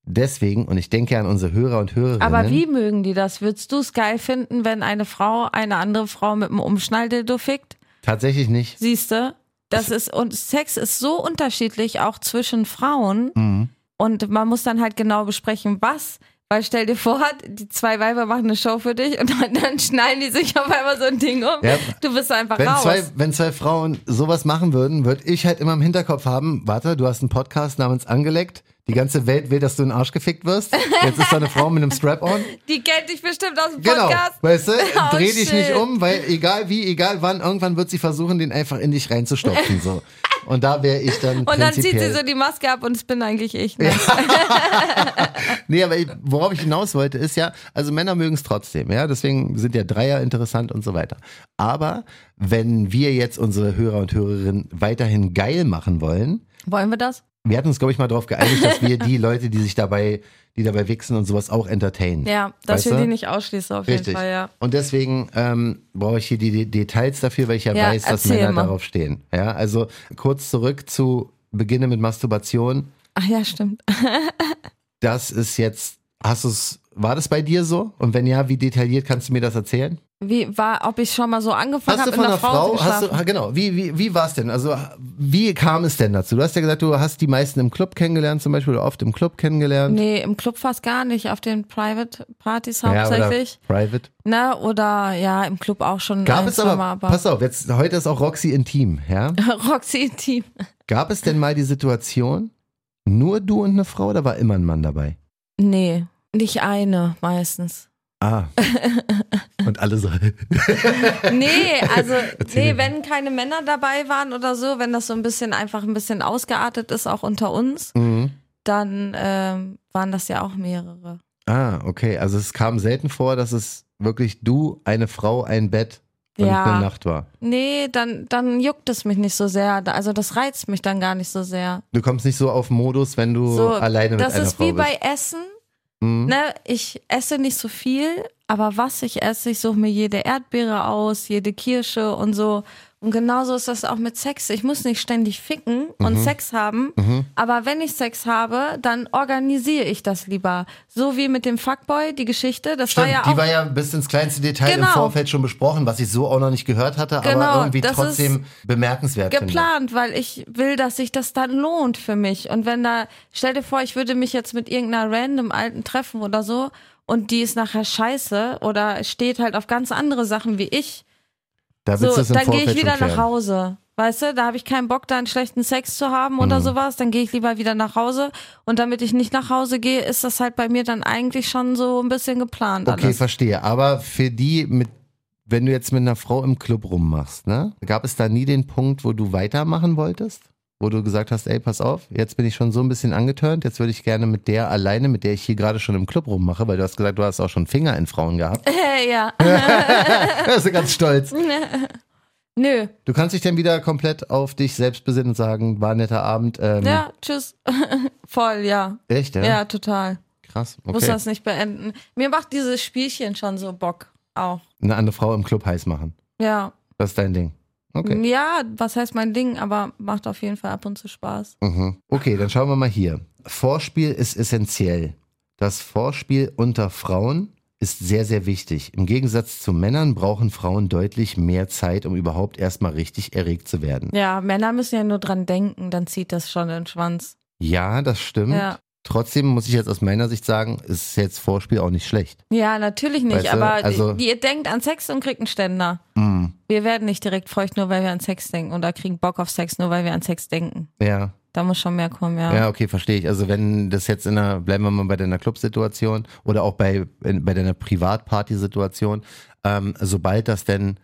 [SPEAKER 3] Deswegen, und ich denke an unsere Hörer und Hörerinnen.
[SPEAKER 2] Aber wie mögen die das? Würdest du es geil finden, wenn eine Frau eine andere Frau mit einem Umschnalldildo fickt?
[SPEAKER 3] Tatsächlich nicht.
[SPEAKER 2] Siehst du? Das ist, und Sex ist so
[SPEAKER 3] Mhm.
[SPEAKER 2] unterschiedlich auch zwischen Frauen. Und man muss dann halt genau besprechen, was, Weil stell dir vor, die zwei Weiber machen eine Show für dich und dann, dann schnallen die sich auf einmal so ein Ding um.
[SPEAKER 3] Ja.
[SPEAKER 2] Du bist einfach
[SPEAKER 3] Wenn
[SPEAKER 2] raus.
[SPEAKER 3] zwei, wenn zwei Frauen sowas machen würden, würde ich halt immer im Hinterkopf haben, warte, du hast einen Podcast namens Angeleckt, die ganze Welt will, dass du in den Arsch gefickt wirst. Jetzt ist da eine Frau mit einem Strap-on.
[SPEAKER 2] die kennt dich bestimmt aus dem
[SPEAKER 3] Genau,
[SPEAKER 2] Podcast.
[SPEAKER 3] weißt du,
[SPEAKER 2] Oh,
[SPEAKER 3] dreh dich
[SPEAKER 2] shit.
[SPEAKER 3] nicht um, weil egal wie, egal wann, irgendwann wird sie versuchen, den einfach in dich reinzustopfen. So. Und da wäre ich dann
[SPEAKER 2] Und dann zieht sie
[SPEAKER 3] prinzipiell-
[SPEAKER 2] so die Maske ab und es bin eigentlich ich. Ne?
[SPEAKER 3] Nee, aber ich, worauf ich hinaus wollte, ist ja, also Männer mögen es trotzdem, ja, deswegen sind ja Dreier interessant und so weiter. Aber wenn wir jetzt unsere Hörer und Hörerinnen weiterhin geil machen wollen,
[SPEAKER 2] Wollen wir das?
[SPEAKER 3] wir hatten uns, glaube ich, mal darauf geeinigt, dass wir die Leute, die sich dabei, die dabei wichsen und sowas auch entertainen.
[SPEAKER 2] Ja, dass
[SPEAKER 3] Weißt
[SPEAKER 2] wir
[SPEAKER 3] du?
[SPEAKER 2] die nicht ausschließen auf
[SPEAKER 3] Richtig.
[SPEAKER 2] jeden Fall, ja.
[SPEAKER 3] Und deswegen ähm, brauche ich hier die, die Details dafür, weil ich ja,
[SPEAKER 2] Ja,
[SPEAKER 3] weiß, dass
[SPEAKER 2] erzähl
[SPEAKER 3] Männer
[SPEAKER 2] mal.
[SPEAKER 3] darauf stehen. Ja, also kurz zurück zu Beginne mit Masturbation.
[SPEAKER 2] Ach ja, stimmt.
[SPEAKER 3] Das ist jetzt, hast du es, war das bei dir so? Und wenn ja, wie detailliert kannst du mir das erzählen?
[SPEAKER 2] Wie war, ob ich schon mal so angefangen
[SPEAKER 3] Hast
[SPEAKER 2] habe
[SPEAKER 3] du von
[SPEAKER 2] einer
[SPEAKER 3] einer Frau, hast
[SPEAKER 2] geschlafen?
[SPEAKER 3] du, ah, genau, wie, wie, wie war es denn? Also, wie kam es denn dazu? Du hast ja gesagt, du hast die meisten im Club kennengelernt, zum Beispiel, oder oft im Club kennengelernt.
[SPEAKER 2] Nee, im Club fast gar nicht, auf den Private Partys
[SPEAKER 3] Ja, oder
[SPEAKER 2] hauptsächlich.
[SPEAKER 3] private.
[SPEAKER 2] ne? oder ja, im Club auch schon.
[SPEAKER 3] Gab
[SPEAKER 2] ein,
[SPEAKER 3] es aber,
[SPEAKER 2] zweimal,
[SPEAKER 3] pass auf, jetzt, heute ist auch Roxy intim, ja?
[SPEAKER 2] Roxy Team.
[SPEAKER 3] Gab es denn mal die Situation, nur du und eine Frau oder war immer ein Mann dabei?
[SPEAKER 2] Nee, nicht eine meistens.
[SPEAKER 3] Ah. Und alle so.
[SPEAKER 2] Nee, also
[SPEAKER 3] Erzähl.
[SPEAKER 2] nee, wenn keine Männer dabei waren oder so, wenn das so ein bisschen einfach ein bisschen ausgeartet ist, auch unter uns,
[SPEAKER 3] Mhm.
[SPEAKER 2] dann ähm, waren das ja auch mehrere.
[SPEAKER 3] Ah, okay. Also es kam selten vor, dass es wirklich du, eine Frau, ein Bett und
[SPEAKER 2] Ja.
[SPEAKER 3] eine Nacht war.
[SPEAKER 2] Nee, dann, dann juckt es mich nicht so sehr. Also das reizt mich dann gar nicht so sehr.
[SPEAKER 3] Du kommst nicht so auf Modus, wenn du
[SPEAKER 2] so,
[SPEAKER 3] alleine mit
[SPEAKER 2] das
[SPEAKER 3] einer
[SPEAKER 2] ist
[SPEAKER 3] Frau
[SPEAKER 2] wie
[SPEAKER 3] bist.
[SPEAKER 2] bei Essen.
[SPEAKER 3] Mhm.
[SPEAKER 2] Ne, ich esse nicht so viel, aber was ich esse, ich suche mir jede Erdbeere aus, jede Kirsche und so. Und genauso ist das auch mit Sex. Ich muss nicht ständig ficken und
[SPEAKER 3] Mhm.
[SPEAKER 2] Sex haben, aber wenn ich Sex habe, dann organisiere ich das lieber. So wie mit dem Fuckboy, die Geschichte, das
[SPEAKER 3] Stimmt,
[SPEAKER 2] war ja
[SPEAKER 3] die
[SPEAKER 2] auch
[SPEAKER 3] war ja bis ins kleinste Detail im
[SPEAKER 2] Genau.
[SPEAKER 3] Vorfeld schon besprochen, was ich so auch noch nicht gehört hatte, aber
[SPEAKER 2] Genau,
[SPEAKER 3] irgendwie
[SPEAKER 2] das
[SPEAKER 3] trotzdem bemerkenswert
[SPEAKER 2] geplant, weil ich will, dass sich das dann lohnt für mich. Und wenn da, stell dir vor, ich würde mich jetzt mit irgendeiner random Alten treffen oder so und die ist nachher scheiße oder steht halt auf ganz andere Sachen wie ich,
[SPEAKER 3] finde. Da willst
[SPEAKER 2] so,
[SPEAKER 3] du es im
[SPEAKER 2] dann gehe
[SPEAKER 3] Vorfeld
[SPEAKER 2] ich wieder
[SPEAKER 3] schon
[SPEAKER 2] nach
[SPEAKER 3] klären.
[SPEAKER 2] Hause. Weißt du, da habe ich keinen Bock, da einen schlechten Sex zu haben oder
[SPEAKER 3] Mhm.
[SPEAKER 2] sowas. Dann gehe ich lieber wieder nach Hause. Und damit ich nicht nach Hause gehe, ist das halt bei mir dann eigentlich schon so ein bisschen geplant.
[SPEAKER 3] Okay,
[SPEAKER 2] alles.
[SPEAKER 3] verstehe. Aber für die, mit, wenn du jetzt mit einer Frau im Club rummachst, ne, gab es da nie den Punkt, wo du weitermachen wolltest? Wo du gesagt hast, ey, pass auf, jetzt bin ich schon so ein bisschen angeturnt, jetzt würde ich gerne mit der alleine, mit der ich hier gerade schon im Club rummache, weil du hast gesagt, du hast auch schon Finger in Frauen gehabt.
[SPEAKER 2] ja.
[SPEAKER 3] Da bist du ganz stolz.
[SPEAKER 2] Nö.
[SPEAKER 3] Du kannst dich dann wieder komplett auf dich selbst besinnen und sagen, war ein netter Abend. Ähm,
[SPEAKER 2] Ja, tschüss. Voll, ja.
[SPEAKER 3] Echt, ja?
[SPEAKER 2] Ja, total.
[SPEAKER 3] Krass.
[SPEAKER 2] Muss
[SPEAKER 3] Okay.
[SPEAKER 2] das nicht beenden. Mir macht dieses Spielchen schon so Bock. Auch.
[SPEAKER 3] Eine andere Frau im Club heiß machen.
[SPEAKER 2] Ja.
[SPEAKER 3] Das ist dein Ding. Okay.
[SPEAKER 2] Ja, was heißt mein Ding, aber macht auf jeden Fall ab und zu Spaß.
[SPEAKER 3] Mhm. Okay, dann schauen wir mal hier. Vorspiel ist essentiell. Das Vorspiel unter Frauen ist sehr, sehr wichtig. Im Gegensatz zu Männern brauchen Frauen deutlich mehr Zeit, um überhaupt erstmal richtig erregt zu werden.
[SPEAKER 2] Ja, Männer müssen ja nur dran denken, dann zieht das schon den Schwanz.
[SPEAKER 3] Ja, das stimmt.
[SPEAKER 2] Ja.
[SPEAKER 3] Trotzdem muss ich jetzt aus meiner Sicht sagen, ist jetzt Vorspiel auch nicht schlecht.
[SPEAKER 2] Ja, natürlich nicht,
[SPEAKER 3] Weißt du,
[SPEAKER 2] aber
[SPEAKER 3] also- Mm.
[SPEAKER 2] die- ihr denkt an Sex und kriegt einen Ständer. Wir werden nicht direkt feucht, nur weil wir an Sex denken oder kriegen Bock auf Sex, nur weil wir an Sex denken.
[SPEAKER 3] Ja.
[SPEAKER 2] Da muss schon mehr kommen, ja.
[SPEAKER 3] Ja, okay, verstehe ich. Also wenn das jetzt in einer, bleiben wir mal bei deiner Clubsituation oder auch bei, in, bei deiner Privatparty-Situation, ähm, sobald das denn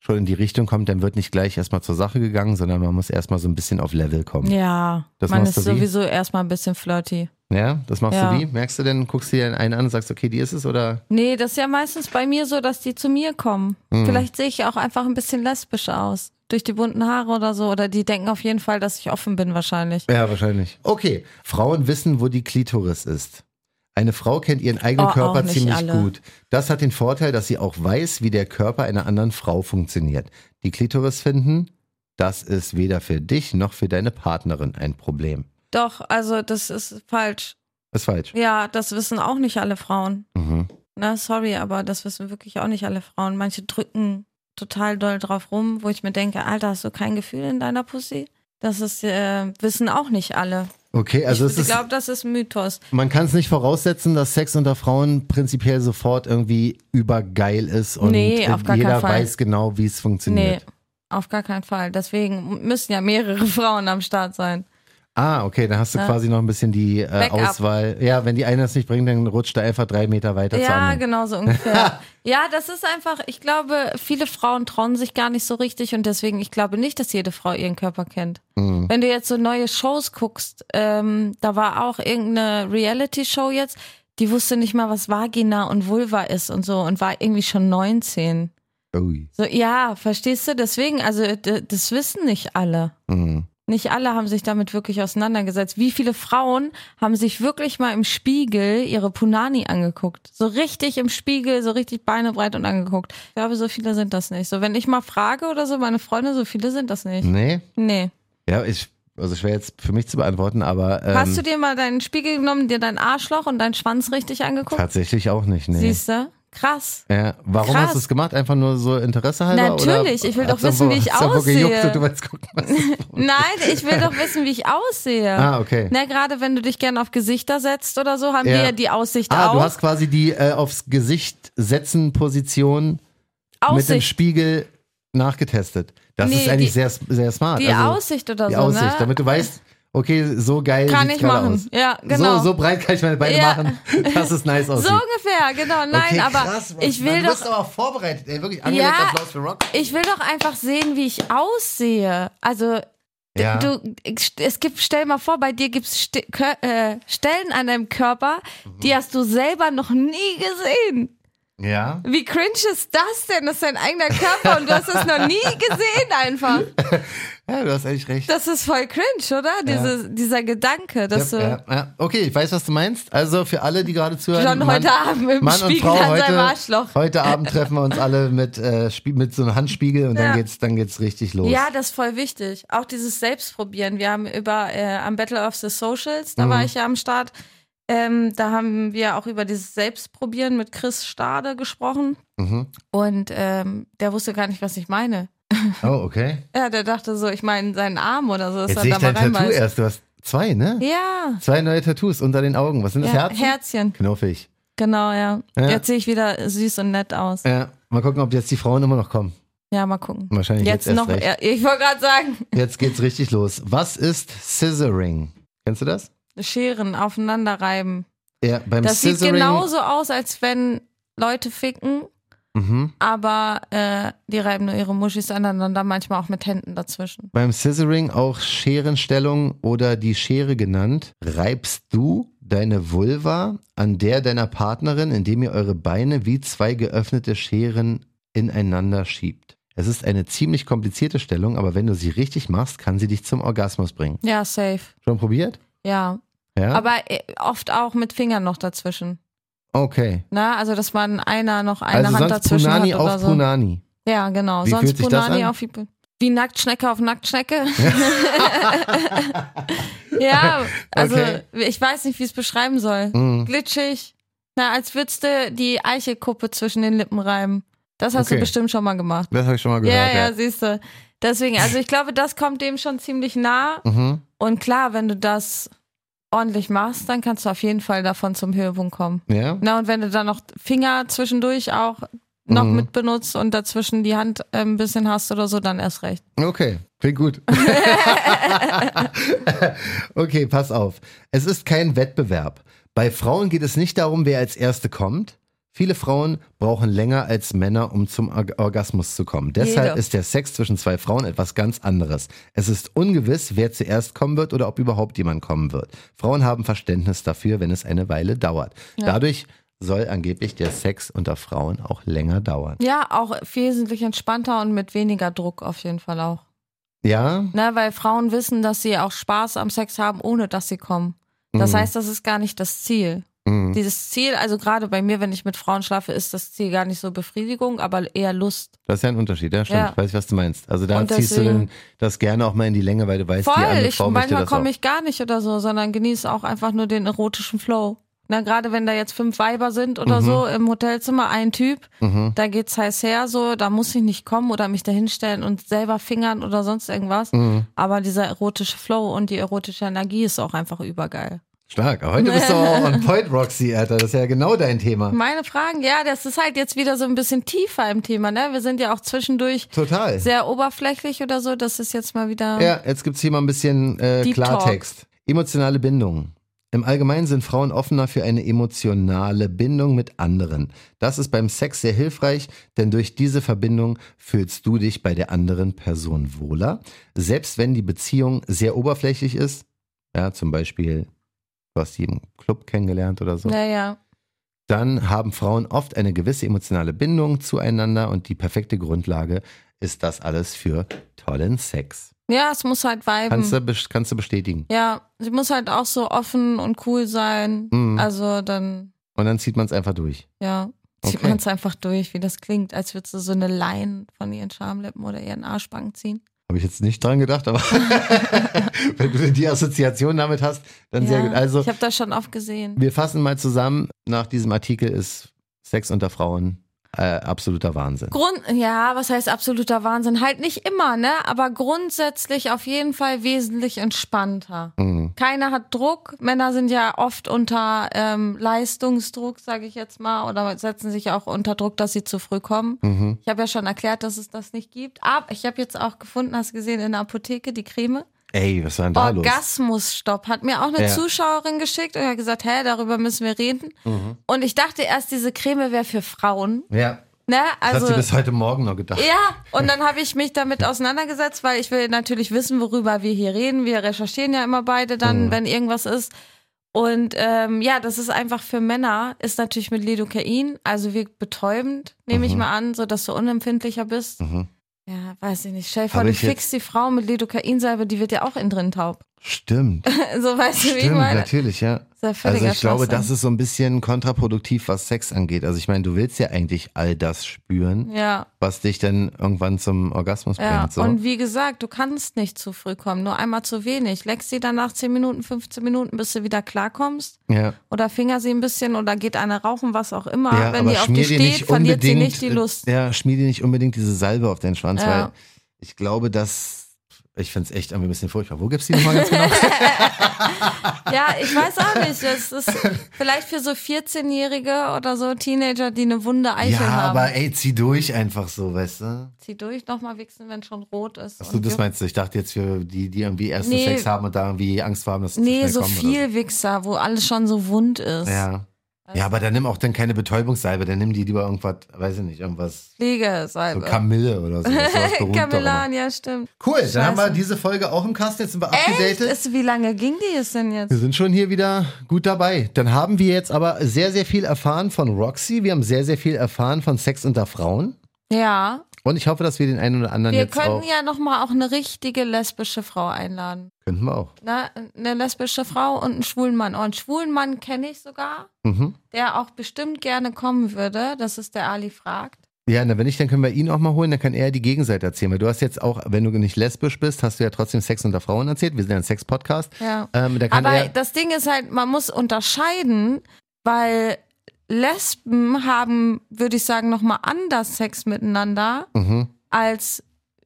[SPEAKER 3] schon in die Richtung kommt, dann wird nicht gleich erstmal zur Sache gegangen, sondern man muss erstmal so ein bisschen auf Level kommen. Ja,
[SPEAKER 2] Ja,
[SPEAKER 3] Das
[SPEAKER 2] man
[SPEAKER 3] machst
[SPEAKER 2] ist
[SPEAKER 3] du wie?
[SPEAKER 2] sowieso erstmal ein bisschen flirty.
[SPEAKER 3] das machst du
[SPEAKER 2] Ja.
[SPEAKER 3] wie? Merkst du denn, guckst du dir einen an und sagst, okay, die ist es oder?
[SPEAKER 2] Nee, das ist ja meistens bei mir so, dass die zu mir kommen.
[SPEAKER 3] Mhm.
[SPEAKER 2] Vielleicht sehe ich auch einfach ein bisschen lesbisch aus. Durch die bunten Haare oder so. Oder die denken auf jeden Fall, dass ich offen bin wahrscheinlich.
[SPEAKER 3] Ja, wahrscheinlich. Okay, Frauen wissen, wo die Klitoris ist. Eine Frau kennt ihren eigenen
[SPEAKER 2] Oh, auch
[SPEAKER 3] Körper
[SPEAKER 2] nicht
[SPEAKER 3] ziemlich
[SPEAKER 2] alle.
[SPEAKER 3] gut. Das hat den Vorteil, dass sie auch weiß, wie der Körper einer anderen Frau funktioniert. Die Klitoris finden, das ist weder für dich noch für deine Partnerin ein Problem.
[SPEAKER 2] Doch, also das ist falsch.
[SPEAKER 3] Ist falsch.
[SPEAKER 2] Ja, das wissen auch nicht alle Frauen.
[SPEAKER 3] Mhm.
[SPEAKER 2] Na, sorry, aber das wissen wirklich auch nicht alle Frauen. Manche drücken total doll drauf rum, wo ich mir denke, Alter, hast du kein Gefühl in deiner Pussy? Das ist, äh, wissen auch nicht alle.
[SPEAKER 3] Okay, also es
[SPEAKER 2] ich
[SPEAKER 3] ist,
[SPEAKER 2] glaube, das ist Mythos.
[SPEAKER 3] man kann es nicht voraussetzen, dass Sex unter Frauen prinzipiell sofort irgendwie übergeil ist und
[SPEAKER 2] Nee, auf gar
[SPEAKER 3] jeder
[SPEAKER 2] keinen Fall.
[SPEAKER 3] weiß genau, wie es
[SPEAKER 2] Nee,
[SPEAKER 3] funktioniert.
[SPEAKER 2] auf gar keinen Fall. Deswegen müssen ja mehrere Frauen am Start sein.
[SPEAKER 3] Ah, okay, dann hast du quasi noch ein bisschen die äh,
[SPEAKER 2] Backup.
[SPEAKER 3] Auswahl. Ja, wenn die eine es nicht bringt, dann rutscht er einfach drei Meter weiter zur
[SPEAKER 2] Ja,
[SPEAKER 3] anderen.
[SPEAKER 2] genau so ungefähr. ja, das ist einfach, ich glaube, viele Frauen trauen sich gar nicht so richtig und deswegen, ich glaube nicht, dass jede Frau ihren Körper kennt. Wenn du jetzt so neue Shows guckst, ähm, da war auch irgendeine Reality-Show jetzt, die wusste nicht mal, was Vagina und Vulva ist und so und war irgendwie schon 19.
[SPEAKER 3] Ui.
[SPEAKER 2] So, ja, verstehst du? Deswegen, also d- das wissen nicht alle.
[SPEAKER 3] Mhm.
[SPEAKER 2] Nicht alle haben sich damit wirklich auseinandergesetzt. Wie viele Frauen haben sich wirklich mal im Spiegel ihre Punani angeguckt? So richtig im Spiegel, so richtig Beine breit und angeguckt. Ich glaube, so viele sind das nicht. So, wenn ich mal frage oder so, meine Freunde, so viele sind das nicht.
[SPEAKER 3] Nee?
[SPEAKER 2] Nee.
[SPEAKER 3] Ja, ich, also schwer jetzt für mich zu beantworten, aber ähm,
[SPEAKER 2] Hast du dir mal deinen Spiegel genommen, dir dein Arschloch und deinen Schwanz richtig angeguckt?
[SPEAKER 3] tatsächlich auch nicht, nee.
[SPEAKER 2] Siehst du? Krass.
[SPEAKER 3] Ja, warum
[SPEAKER 2] Krass.
[SPEAKER 3] hast du es gemacht? Einfach nur so Interesse halber?
[SPEAKER 2] Natürlich,
[SPEAKER 3] oder
[SPEAKER 2] ich will doch
[SPEAKER 3] hat's
[SPEAKER 2] wissen, wie ich
[SPEAKER 3] hat's irgendwo Gejuckt
[SPEAKER 2] aussehe.
[SPEAKER 3] und du willst gucken, was
[SPEAKER 2] Nein, ich will doch wissen, wie ich aussehe.
[SPEAKER 3] Ah, okay.
[SPEAKER 2] Na, gerade wenn du dich gerne auf Gesichter setzt oder so, haben
[SPEAKER 3] Ja.
[SPEAKER 2] wir ja die Aussicht
[SPEAKER 3] Ah,
[SPEAKER 2] auf.
[SPEAKER 3] du hast quasi die äh, aufs Gesicht setzen Position mit dem
[SPEAKER 2] Aussicht.
[SPEAKER 3] Spiegel nachgetestet. Das
[SPEAKER 2] Nee,
[SPEAKER 3] ist eigentlich
[SPEAKER 2] die-
[SPEAKER 3] sehr, sehr smart.
[SPEAKER 2] Die
[SPEAKER 3] also,
[SPEAKER 2] Aussicht oder
[SPEAKER 3] die
[SPEAKER 2] so,
[SPEAKER 3] Aussicht,
[SPEAKER 2] ne?
[SPEAKER 3] damit du weißt, okay, so geil
[SPEAKER 2] kann
[SPEAKER 3] sieht's
[SPEAKER 2] ich
[SPEAKER 3] gerade
[SPEAKER 2] machen.
[SPEAKER 3] Aus.
[SPEAKER 2] Ja, genau.
[SPEAKER 3] So, so breit kann ich meine Beine
[SPEAKER 2] Ja.
[SPEAKER 3] machen, dass es nice
[SPEAKER 2] So
[SPEAKER 3] aussieht.
[SPEAKER 2] ungefähr, genau. Nein,
[SPEAKER 3] okay,
[SPEAKER 2] aber
[SPEAKER 3] krass, Mann.
[SPEAKER 2] ich will
[SPEAKER 3] Man, Du
[SPEAKER 2] doch
[SPEAKER 3] bist aber vorbereitet. Ey, wirklich angelegt
[SPEAKER 2] Ja.
[SPEAKER 3] Applaus für Rock.
[SPEAKER 2] ich will doch einfach sehen, wie ich aussehe. Also d-
[SPEAKER 3] Ja.
[SPEAKER 2] du ich- es gibt stell mal vor, bei dir gibt's Sti- Kö- äh, Stellen an deinem Körper,
[SPEAKER 3] Mhm.
[SPEAKER 2] die hast du selber noch nie gesehen.
[SPEAKER 3] Ja.
[SPEAKER 2] Wie cringe ist das denn? Das ist dein eigener Körper und du hast es noch nie gesehen einfach.
[SPEAKER 3] ja, du hast eigentlich recht.
[SPEAKER 2] Das ist voll cringe, oder? Diese, dieser Gedanke, dass
[SPEAKER 3] ja,
[SPEAKER 2] du
[SPEAKER 3] ja, ja. Okay, ich weiß, was du meinst. Also für alle, die gerade zuhören.
[SPEAKER 2] John heute Abend im
[SPEAKER 3] Mann
[SPEAKER 2] Spiegel
[SPEAKER 3] und Frau
[SPEAKER 2] an
[SPEAKER 3] heute,
[SPEAKER 2] seinem Arschloch.
[SPEAKER 3] Heute Abend treffen wir uns alle mit, äh, Spie- mit so einem Handspiegel und
[SPEAKER 2] Ja.
[SPEAKER 3] dann geht's, dann geht's richtig los.
[SPEAKER 2] Ja, das ist voll wichtig. Auch dieses Selbstprobieren. Wir haben über äh, am Battle of the Socials, da
[SPEAKER 3] Mhm.
[SPEAKER 2] war ich ja am Start. Ähm, da haben wir auch über dieses Selbstprobieren mit Chris Stade gesprochen.
[SPEAKER 3] Mhm.
[SPEAKER 2] Und ähm, der wusste gar nicht, was ich meine.
[SPEAKER 3] Oh, okay.
[SPEAKER 2] Ja, der dachte so, ich meine seinen Arm oder so, dass
[SPEAKER 3] Jetzt
[SPEAKER 2] er
[SPEAKER 3] sehe
[SPEAKER 2] da
[SPEAKER 3] ich
[SPEAKER 2] mal
[SPEAKER 3] dein Tattoo
[SPEAKER 2] reinbeißt.
[SPEAKER 3] erst. Du hast zwei, ne?
[SPEAKER 2] Ja.
[SPEAKER 3] Zwei neue Tattoos unter den Augen. Was sind das?
[SPEAKER 2] ja.
[SPEAKER 3] Herzen?
[SPEAKER 2] Herzchen.
[SPEAKER 3] Knuffig.
[SPEAKER 2] Genau, ja.
[SPEAKER 3] Ja.
[SPEAKER 2] Jetzt sehe ich wieder süß und nett aus.
[SPEAKER 3] Ja, mal gucken, ob jetzt die Frauen immer noch kommen.
[SPEAKER 2] Ja, mal gucken.
[SPEAKER 3] Wahrscheinlich jetzt,
[SPEAKER 2] Jetzt,
[SPEAKER 3] erst
[SPEAKER 2] noch,
[SPEAKER 3] recht.
[SPEAKER 2] ja, ich wollte gerade sagen,
[SPEAKER 3] Jetzt geht's richtig los. Was ist Scissoring? Kennst du das?
[SPEAKER 2] Scheren aufeinander reiben.
[SPEAKER 3] Ja, beim
[SPEAKER 2] Das sieht genau
[SPEAKER 3] Scissoring.
[SPEAKER 2] genauso aus, als wenn Leute ficken,
[SPEAKER 3] Mhm.
[SPEAKER 2] aber äh, die reiben nur ihre Muschis aneinander, manchmal auch mit Händen dazwischen.
[SPEAKER 3] Beim Scissoring, auch Scherenstellung oder die Schere genannt, reibst du deine Vulva an der deiner Partnerin, indem ihr eure Beine wie zwei geöffnete Scheren ineinander schiebt. Es ist eine ziemlich komplizierte Stellung, aber wenn du sie richtig machst, kann sie dich zum Orgasmus bringen.
[SPEAKER 2] Ja, safe.
[SPEAKER 3] Schon probiert?
[SPEAKER 2] Ja.
[SPEAKER 3] Ja.
[SPEAKER 2] Aber äh, oft auch mit Fingern noch dazwischen.
[SPEAKER 3] okay.
[SPEAKER 2] Na, also dass man einer noch eine
[SPEAKER 3] Also
[SPEAKER 2] Hand
[SPEAKER 3] sonst
[SPEAKER 2] dazwischen
[SPEAKER 3] Punani
[SPEAKER 2] hat oder
[SPEAKER 3] auf
[SPEAKER 2] so.
[SPEAKER 3] Punani.
[SPEAKER 2] Ja, genau.
[SPEAKER 3] Wie
[SPEAKER 2] sonst
[SPEAKER 3] fühlt sich das
[SPEAKER 2] Punani
[SPEAKER 3] an?
[SPEAKER 2] auf wie, wie Nacktschnecke auf Nacktschnecke. ja, also
[SPEAKER 3] Okay.
[SPEAKER 2] ich weiß nicht, wie ich es beschreiben soll.
[SPEAKER 3] Mhm.
[SPEAKER 2] glitschig. Na, als würdest du die Eichelkuppe zwischen den Lippen reiben. Das hast
[SPEAKER 3] Okay.
[SPEAKER 2] du bestimmt schon mal gemacht.
[SPEAKER 3] Das habe ich schon mal gehört.
[SPEAKER 2] ja, ja,
[SPEAKER 3] ja.
[SPEAKER 2] siehst du. Deswegen, also ich glaube, das kommt dem schon ziemlich nah.
[SPEAKER 3] Mhm.
[SPEAKER 2] Und klar, wenn du das ordentlich machst, dann kannst du auf jeden Fall davon zum Höhepunkt kommen.
[SPEAKER 3] ja?
[SPEAKER 2] Na, und wenn du dann noch Finger zwischendurch auch noch
[SPEAKER 3] Mhm.
[SPEAKER 2] mit benutzt und dazwischen die Hand äh, ein bisschen hast oder so, dann erst recht.
[SPEAKER 3] Okay, klingt gut. okay, pass auf. Es ist kein Wettbewerb. Bei Frauen geht es nicht darum, wer als Erste kommt. Viele Frauen brauchen länger als Männer, um zum Org- Orgasmus zu kommen. Deshalb
[SPEAKER 2] Jede.
[SPEAKER 3] ist der Sex zwischen zwei Frauen etwas ganz anderes. Es ist ungewiss, wer zuerst kommen wird oder ob überhaupt jemand kommen wird. Frauen haben Verständnis dafür, wenn es eine Weile dauert. Dadurch soll angeblich der Sex unter Frauen auch länger dauern.
[SPEAKER 2] Ja, auch wesentlich entspannter und mit weniger Druck auf jeden Fall auch.
[SPEAKER 3] Ja?
[SPEAKER 2] Ne, weil Frauen wissen, dass sie auch Spaß am Sex haben, ohne dass sie kommen. Das heißt, das ist gar nicht das Ziel.
[SPEAKER 3] Mhm.
[SPEAKER 2] Dieses Ziel, also gerade bei mir, wenn ich mit Frauen schlafe, ist das Ziel gar nicht so Befriedigung, aber eher Lust.
[SPEAKER 3] Das ist ja ein Unterschied, ja, stimmt.
[SPEAKER 2] Ja.
[SPEAKER 3] Ich weiß, was du meinst. Also da
[SPEAKER 2] Und
[SPEAKER 3] ziehst du
[SPEAKER 2] deswegen-
[SPEAKER 3] dann das gerne auch mal in die Länge, weil du weißt, die
[SPEAKER 2] Voll,
[SPEAKER 3] andere
[SPEAKER 2] ich,
[SPEAKER 3] Frau möchte
[SPEAKER 2] manchmal
[SPEAKER 3] das auch.
[SPEAKER 2] komme ich gar nicht oder so, sondern genieße auch einfach nur den erotischen Flow. Na, gerade wenn da jetzt fünf Weiber sind oder
[SPEAKER 3] Mhm.
[SPEAKER 2] so im Hotelzimmer, ein Typ, da geht's heiß her, so, da muss ich nicht kommen oder mich dahinstellen und selber fingern oder sonst irgendwas.
[SPEAKER 3] Mhm.
[SPEAKER 2] Aber dieser erotische Flow und die erotische Energie ist auch einfach übergeil.
[SPEAKER 3] Stark. Aber heute bist du auch on point, Roxy, Alter. Das ist ja genau dein Thema.
[SPEAKER 2] Meine Fragen, ja, das ist halt jetzt wieder so ein bisschen tiefer im Thema, ne? Wir sind ja auch zwischendurch
[SPEAKER 3] Total.
[SPEAKER 2] sehr oberflächlich oder so. Das ist jetzt mal wieder.
[SPEAKER 3] Ja, jetzt gibt's hier mal ein bisschen äh,
[SPEAKER 2] Deep
[SPEAKER 3] Klartext. Emotionale Bindung. Im Allgemeinen sind Frauen offener für eine emotionale Bindung mit anderen. Das ist beim Sex sehr hilfreich, denn durch diese Verbindung fühlst du dich bei der anderen Person wohler, selbst wenn die Beziehung sehr oberflächlich ist. Ja, zum Beispiel, du hast sie im Club kennengelernt oder so.
[SPEAKER 2] Naja.
[SPEAKER 3] Dann haben Frauen oft eine gewisse emotionale Bindung zueinander und die perfekte Grundlage ist das alles für tollen Sex.
[SPEAKER 2] Ja, es muss halt viben.
[SPEAKER 3] Kannst du, bes- kannst du bestätigen.
[SPEAKER 2] Ja, sie muss halt auch so offen und cool sein.
[SPEAKER 3] Mhm.
[SPEAKER 2] Also dann,
[SPEAKER 3] Und dann zieht man es einfach durch.
[SPEAKER 2] ja, zieht
[SPEAKER 3] Okay.
[SPEAKER 2] man es einfach durch, wie das klingt, als würdest du so eine Line von ihren Schamlippen oder ihren Arschbacken ziehen.
[SPEAKER 3] Habe ich jetzt nicht dran gedacht, aber wenn du die Assoziation damit hast, dann
[SPEAKER 2] ja,
[SPEAKER 3] sehr gut. Also,
[SPEAKER 2] ich habe das schon oft gesehen.
[SPEAKER 3] wir fassen mal zusammen. Nach diesem Artikel ist Sex unter Frauen äh, absoluter Wahnsinn.
[SPEAKER 2] Grund, ja, was heißt absoluter Wahnsinn? Halt nicht immer, ne? Aber grundsätzlich auf jeden Fall wesentlich entspannter.
[SPEAKER 3] Mhm.
[SPEAKER 2] Keiner hat Druck. Männer sind ja oft unter ähm, Leistungsdruck, sage ich jetzt mal, oder setzen sich auch unter Druck, dass sie zu früh kommen.
[SPEAKER 3] Mhm.
[SPEAKER 2] Ich habe ja schon erklärt, dass es das nicht gibt. Aber ich habe jetzt auch gefunden, hast gesehen in der Apotheke die Creme.
[SPEAKER 3] Ey, was war denn da los?
[SPEAKER 2] Orgasmusstopp hat mir auch eine
[SPEAKER 3] Ja.
[SPEAKER 2] Zuschauerin geschickt und hat gesagt, hä, darüber müssen wir reden.
[SPEAKER 3] Mhm.
[SPEAKER 2] Und ich dachte erst, diese Creme wäre für Frauen.
[SPEAKER 3] Ja,
[SPEAKER 2] Ne?
[SPEAKER 3] das
[SPEAKER 2] Also
[SPEAKER 3] hast du bis heute Morgen noch gedacht.
[SPEAKER 2] ja, und dann habe ich mich damit auseinandergesetzt, weil ich will natürlich wissen, worüber wir hier reden. Wir recherchieren ja immer beide
[SPEAKER 3] Mhm.
[SPEAKER 2] dann, wenn irgendwas ist. Und ähm, ja, das ist einfach für Männer, ist natürlich mit Lidocain, also wirkt betäubend, nehme ich mal an, sodass du unempfindlicher bist.
[SPEAKER 3] Mhm.
[SPEAKER 2] Ja, weiß ich nicht. Stell dir vor,
[SPEAKER 3] Hab
[SPEAKER 2] du
[SPEAKER 3] ich jetzt-
[SPEAKER 2] fickst die Frau mit Lidocainsalbe, die wird ja auch innen drin taub.
[SPEAKER 3] Stimmt,
[SPEAKER 2] so weißt du, wie ich
[SPEAKER 3] stimmt,
[SPEAKER 2] meine.
[SPEAKER 3] natürlich, ja.
[SPEAKER 2] Das ist ja völliger
[SPEAKER 3] Also ich glaube,
[SPEAKER 2] Schwachsinn.
[SPEAKER 3] das ist so ein bisschen kontraproduktiv, was Sex angeht. Also ich meine, du willst ja eigentlich all das spüren,
[SPEAKER 2] Ja,
[SPEAKER 3] was dich dann irgendwann zum Orgasmus
[SPEAKER 2] ja.
[SPEAKER 3] bringt. So.
[SPEAKER 2] Und wie gesagt, du kannst nicht zu früh kommen, nur einmal zu wenig. Leckst sie dann nach 10 Minuten, 15 Minuten, bis du wieder klarkommst.
[SPEAKER 3] ja.
[SPEAKER 2] Oder finger sie ein bisschen oder geht einer rauchen, was auch immer.
[SPEAKER 3] Ja,
[SPEAKER 2] Wenn die auf
[SPEAKER 3] schmier
[SPEAKER 2] die
[SPEAKER 3] dir
[SPEAKER 2] steht, verliert sie nicht die
[SPEAKER 3] äh,
[SPEAKER 2] Lust.
[SPEAKER 3] Ja, schmier dir nicht unbedingt diese Salbe auf deinen Schwanz,
[SPEAKER 2] Ja.
[SPEAKER 3] weil ich glaube, dass. Ich find's echt irgendwie ein bisschen furchtbar. Wo gibt's die nochmal ganz genau?
[SPEAKER 2] Ja, ich weiß auch nicht. Das ist vielleicht für so 14-Jährige oder so Teenager, die eine wunde Eichel
[SPEAKER 3] ja,
[SPEAKER 2] haben.
[SPEAKER 3] aber ey, zieh durch einfach so, weißt du?
[SPEAKER 2] Zieh durch, nochmal wichsen, wenn schon rot ist.
[SPEAKER 3] Achso,
[SPEAKER 2] Und
[SPEAKER 3] das
[SPEAKER 2] wir-
[SPEAKER 3] meinst du? Ich dachte jetzt für die, die irgendwie ersten
[SPEAKER 2] Nee.
[SPEAKER 3] Sex haben und da irgendwie Angst vor haben, dass es zu
[SPEAKER 2] nee,
[SPEAKER 3] schnell
[SPEAKER 2] so
[SPEAKER 3] kommt
[SPEAKER 2] viel Also Wichser, wo alles schon so wund ist.
[SPEAKER 3] Oder so. Ja. Ja, aber dann nimm auch dann keine Betäubungssalbe, dann nimm die lieber irgendwas, weiß ich nicht, irgendwas, so
[SPEAKER 2] Pflegesalbe.
[SPEAKER 3] Kamille oder so. was sowas Beruhigter oder
[SPEAKER 2] Camelan, ja, stimmt.
[SPEAKER 3] so. Cool, dann haben wir
[SPEAKER 2] Scheiße.
[SPEAKER 3] diese Folge auch im Kasten, jetzt sind wir
[SPEAKER 2] Echt?
[SPEAKER 3] abgedatet.
[SPEAKER 2] Ist, wie lange ging die es denn jetzt?
[SPEAKER 3] Wir sind schon hier wieder gut dabei. Dann haben wir jetzt aber sehr, sehr viel erfahren von Roxy. Wir haben sehr, sehr viel erfahren von Sex unter Frauen.
[SPEAKER 2] Ja.
[SPEAKER 3] Und ich hoffe, dass wir den einen oder anderen
[SPEAKER 2] Wir
[SPEAKER 3] jetzt auch.
[SPEAKER 2] könnten ja nochmal auch eine richtige lesbische Frau einladen.
[SPEAKER 3] Könnten wir auch.
[SPEAKER 2] ne, eine lesbische Frau und einen schwulen Mann. Oh, einen schwulen Mann kenne ich sogar,
[SPEAKER 3] Mhm.
[SPEAKER 2] der auch bestimmt gerne kommen würde. Das ist der Ali fragt.
[SPEAKER 3] Ja, na, wenn nicht, dann können wir ihn auch mal holen, dann kann er die Gegenseite erzählen. Weil du hast jetzt auch, wenn du nicht lesbisch bist, hast du ja trotzdem Sex unter Frauen erzählt. Wir sind ja ein Sex-Podcast.
[SPEAKER 2] Ja.
[SPEAKER 3] Ähm, da kann
[SPEAKER 2] Aber
[SPEAKER 3] er.
[SPEAKER 2] das Ding ist halt, man muss unterscheiden, weil Lesben haben, würde ich sagen, nochmal anders Sex miteinander
[SPEAKER 3] Mhm.
[SPEAKER 2] als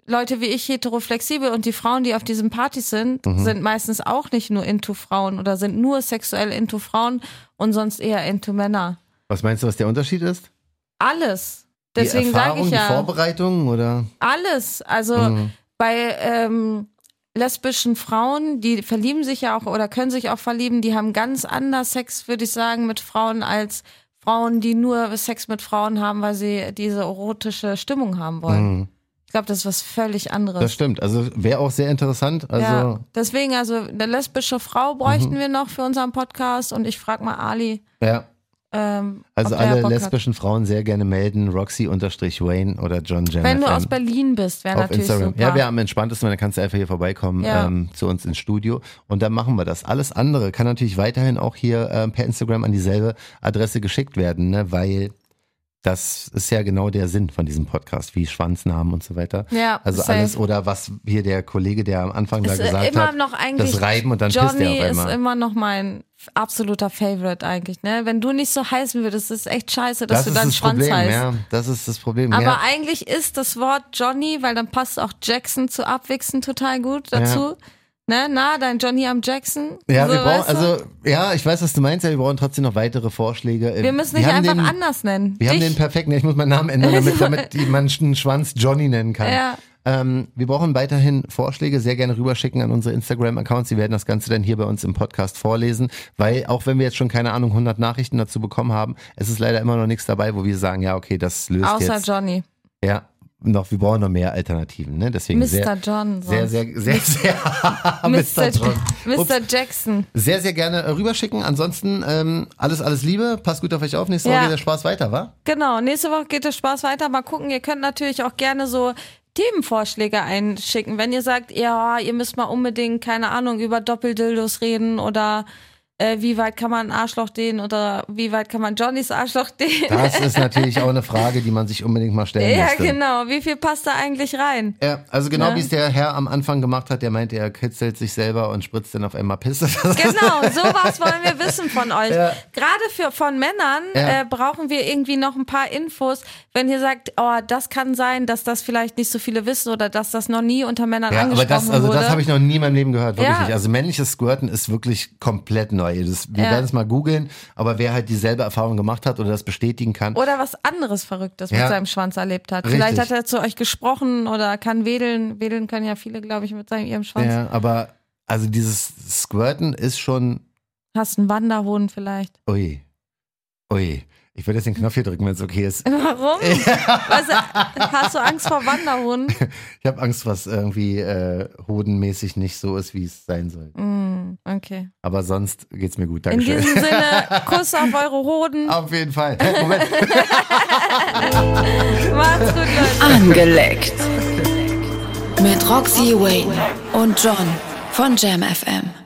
[SPEAKER 2] Leute wie ich heteroflexibel und die Frauen, die auf diesen Partys sind,
[SPEAKER 3] Mhm.
[SPEAKER 2] sind meistens auch nicht nur into Frauen oder sind nur sexuell into Frauen und sonst eher into Männer.
[SPEAKER 3] Was meinst du, was der Unterschied ist?
[SPEAKER 2] Alles. Deswegen
[SPEAKER 3] die
[SPEAKER 2] sage
[SPEAKER 3] Erfahrung,
[SPEAKER 2] ich ja.
[SPEAKER 3] die Vorbereitung oder?
[SPEAKER 2] Alles. Also
[SPEAKER 3] Mhm.
[SPEAKER 2] bei ähm, lesbischen Frauen, die verlieben sich ja auch oder können sich auch verlieben, die haben ganz anders Sex, würde ich sagen, mit Frauen als Frauen, die nur Sex mit Frauen haben, weil sie diese erotische Stimmung haben wollen. Ich glaube, das ist was völlig anderes.
[SPEAKER 3] Mhm. Das stimmt. Also wäre auch sehr interessant. Also Mhm.
[SPEAKER 2] ja, deswegen, also eine lesbische Frau bräuchten wir noch für unseren Podcast und ich frage mal Ali.
[SPEAKER 3] ja.
[SPEAKER 2] Ähm,
[SPEAKER 3] Also
[SPEAKER 2] ob der
[SPEAKER 3] alle
[SPEAKER 2] Bock hat.
[SPEAKER 3] lesbischen Frauen sehr gerne melden, Roxy-Wayne oder John Jam.
[SPEAKER 2] Wenn du
[SPEAKER 3] FM.
[SPEAKER 2] aus Berlin bist, wäre
[SPEAKER 3] auf
[SPEAKER 2] natürlich
[SPEAKER 3] Instagram.
[SPEAKER 2] super.
[SPEAKER 3] Ja, wir am entspanntesten, dann kannst du einfach hier vorbeikommen
[SPEAKER 2] Ja.
[SPEAKER 3] ähm, zu uns ins Studio und dann machen wir das. Alles andere kann natürlich weiterhin auch hier ähm, per Instagram an dieselbe Adresse geschickt werden, ne? weil Das ist ja genau der Sinn von diesem Podcast, wie Schwanznamen und so weiter.
[SPEAKER 2] Ja,
[SPEAKER 3] Also
[SPEAKER 2] safe.
[SPEAKER 3] alles oder was hier der Kollege, der am Anfang da
[SPEAKER 2] ist äh,
[SPEAKER 3] gesagt
[SPEAKER 2] immer
[SPEAKER 3] hat,
[SPEAKER 2] noch eigentlich
[SPEAKER 3] das Reiben und dann pisst
[SPEAKER 2] Johnny
[SPEAKER 3] er auf
[SPEAKER 2] ist
[SPEAKER 3] einmal.
[SPEAKER 2] immer noch mein absoluter Favorite eigentlich, ne? Wenn du nicht so heißen würdest, ist echt scheiße, dass
[SPEAKER 3] Das
[SPEAKER 2] du
[SPEAKER 3] ist
[SPEAKER 2] deinen
[SPEAKER 3] das
[SPEAKER 2] Schwanz
[SPEAKER 3] Problem,
[SPEAKER 2] heißt.
[SPEAKER 3] ja. Das ist das Problem.
[SPEAKER 2] Aber
[SPEAKER 3] ja.
[SPEAKER 2] eigentlich ist das Wort Johnny, weil dann passt auch Jackson zu Abwichsen total gut dazu. Ne? Na, dein Johnny am Jackson.
[SPEAKER 3] Ja,
[SPEAKER 2] So,
[SPEAKER 3] wir brauchen,
[SPEAKER 2] weißt du?
[SPEAKER 3] also, ja, ich weiß, was du meinst, ja, wir brauchen trotzdem noch weitere Vorschläge.
[SPEAKER 2] wir müssen
[SPEAKER 3] Wir
[SPEAKER 2] dich
[SPEAKER 3] haben
[SPEAKER 2] einfach
[SPEAKER 3] den,
[SPEAKER 2] anders nennen.
[SPEAKER 3] Wir haben
[SPEAKER 2] Dich-
[SPEAKER 3] den perfekten, ich muss meinen Namen ändern, damit, damit die- man einen Schwanz Johnny nennen kann.
[SPEAKER 2] Ja.
[SPEAKER 3] Ähm, wir brauchen weiterhin Vorschläge, sehr gerne rüberschicken an unsere Instagram-Accounts. Sie werden das Ganze dann hier bei uns im Podcast vorlesen, weil auch wenn wir jetzt schon, keine Ahnung, 100 Nachrichten dazu bekommen haben, es ist leider immer noch nichts dabei, wo wir sagen, ja, okay, das löst
[SPEAKER 2] außer
[SPEAKER 3] jetzt.
[SPEAKER 2] Johnny.
[SPEAKER 3] Ja, noch, wir brauchen noch mehr Alternativen, ne? Deswegen
[SPEAKER 2] Mr.
[SPEAKER 3] sehr,
[SPEAKER 2] John.
[SPEAKER 3] sehr,
[SPEAKER 2] sonst.
[SPEAKER 3] sehr, sehr, sehr, Ah, Mr. John. Ups
[SPEAKER 2] Mr. Jackson.
[SPEAKER 3] sehr, sehr gerne äh, rüberschicken. Ansonsten ähm, alles, alles Liebe. Passt gut auf euch auf. Nächste
[SPEAKER 2] Ja.
[SPEAKER 3] Woche geht der Spaß weiter, wa?
[SPEAKER 2] Genau, nächste Woche geht der Spaß weiter. Mal gucken, ihr könnt natürlich auch gerne so Themenvorschläge einschicken. Wenn ihr sagt, ja, ihr müsst mal unbedingt, keine Ahnung, über Doppeldildos reden oder äh, wie weit kann man ein Arschloch dehnen oder wie weit kann man Johnnys Arschloch dehnen.
[SPEAKER 3] Das ist natürlich auch eine Frage, die man sich unbedingt mal stellen
[SPEAKER 2] ja,
[SPEAKER 3] müsste.
[SPEAKER 2] genau. Wie viel passt da eigentlich rein?
[SPEAKER 3] Ja, also genau
[SPEAKER 2] Ne?
[SPEAKER 3] wie es der Herr am Anfang gemacht hat, der meinte, er kitzelt sich selber und spritzt dann auf einmal Pisse.
[SPEAKER 2] Genau, sowas wollen wir wissen von euch.
[SPEAKER 3] Ja.
[SPEAKER 2] Gerade für von Männern
[SPEAKER 3] Ja.
[SPEAKER 2] äh, brauchen wir irgendwie noch ein paar Infos, wenn ihr sagt, oh, das kann sein, dass das vielleicht nicht so viele wissen oder dass das noch nie unter Männern
[SPEAKER 3] Ja, aber
[SPEAKER 2] angesprochen
[SPEAKER 3] das, also
[SPEAKER 2] wurde.
[SPEAKER 3] das habe ich noch nie in meinem Leben gehört, wirklich
[SPEAKER 2] Ja.
[SPEAKER 3] nicht. Also männliches Squirten ist wirklich komplett neu. Das, wir
[SPEAKER 2] Ja.
[SPEAKER 3] werden es mal googeln, aber wer halt dieselbe Erfahrung gemacht hat oder das bestätigen kann,
[SPEAKER 2] oder was anderes Verrücktes
[SPEAKER 3] Ja.
[SPEAKER 2] mit seinem Schwanz erlebt hat.
[SPEAKER 3] Richtig.
[SPEAKER 2] Vielleicht hat er zu euch gesprochen oder kann wedeln. Wedeln können ja viele, glaube ich, mit seinem ihrem Schwanz.
[SPEAKER 3] ja, aber also dieses Squirten ist schon
[SPEAKER 2] Hast einen Wanderhoden vielleicht.
[SPEAKER 3] Ui. Ui. Ich würde jetzt den Knopf hier drücken, wenn es okay ist.
[SPEAKER 2] Warum? Was, hast du Angst vor Wanderhunden?
[SPEAKER 3] Ich habe Angst, was irgendwie äh, hodenmäßig nicht so ist, wie es sein soll.
[SPEAKER 2] Mm, okay.
[SPEAKER 3] Aber sonst geht's mir gut.
[SPEAKER 2] In
[SPEAKER 3] Dankeschön.
[SPEAKER 2] diesem Sinne, Kuss auf eure Hoden.
[SPEAKER 3] Auf jeden Fall. Moment.
[SPEAKER 2] Macht's gut, Leute.
[SPEAKER 1] Angeleckt. Mit Roxy Wayne und John von Jam FM.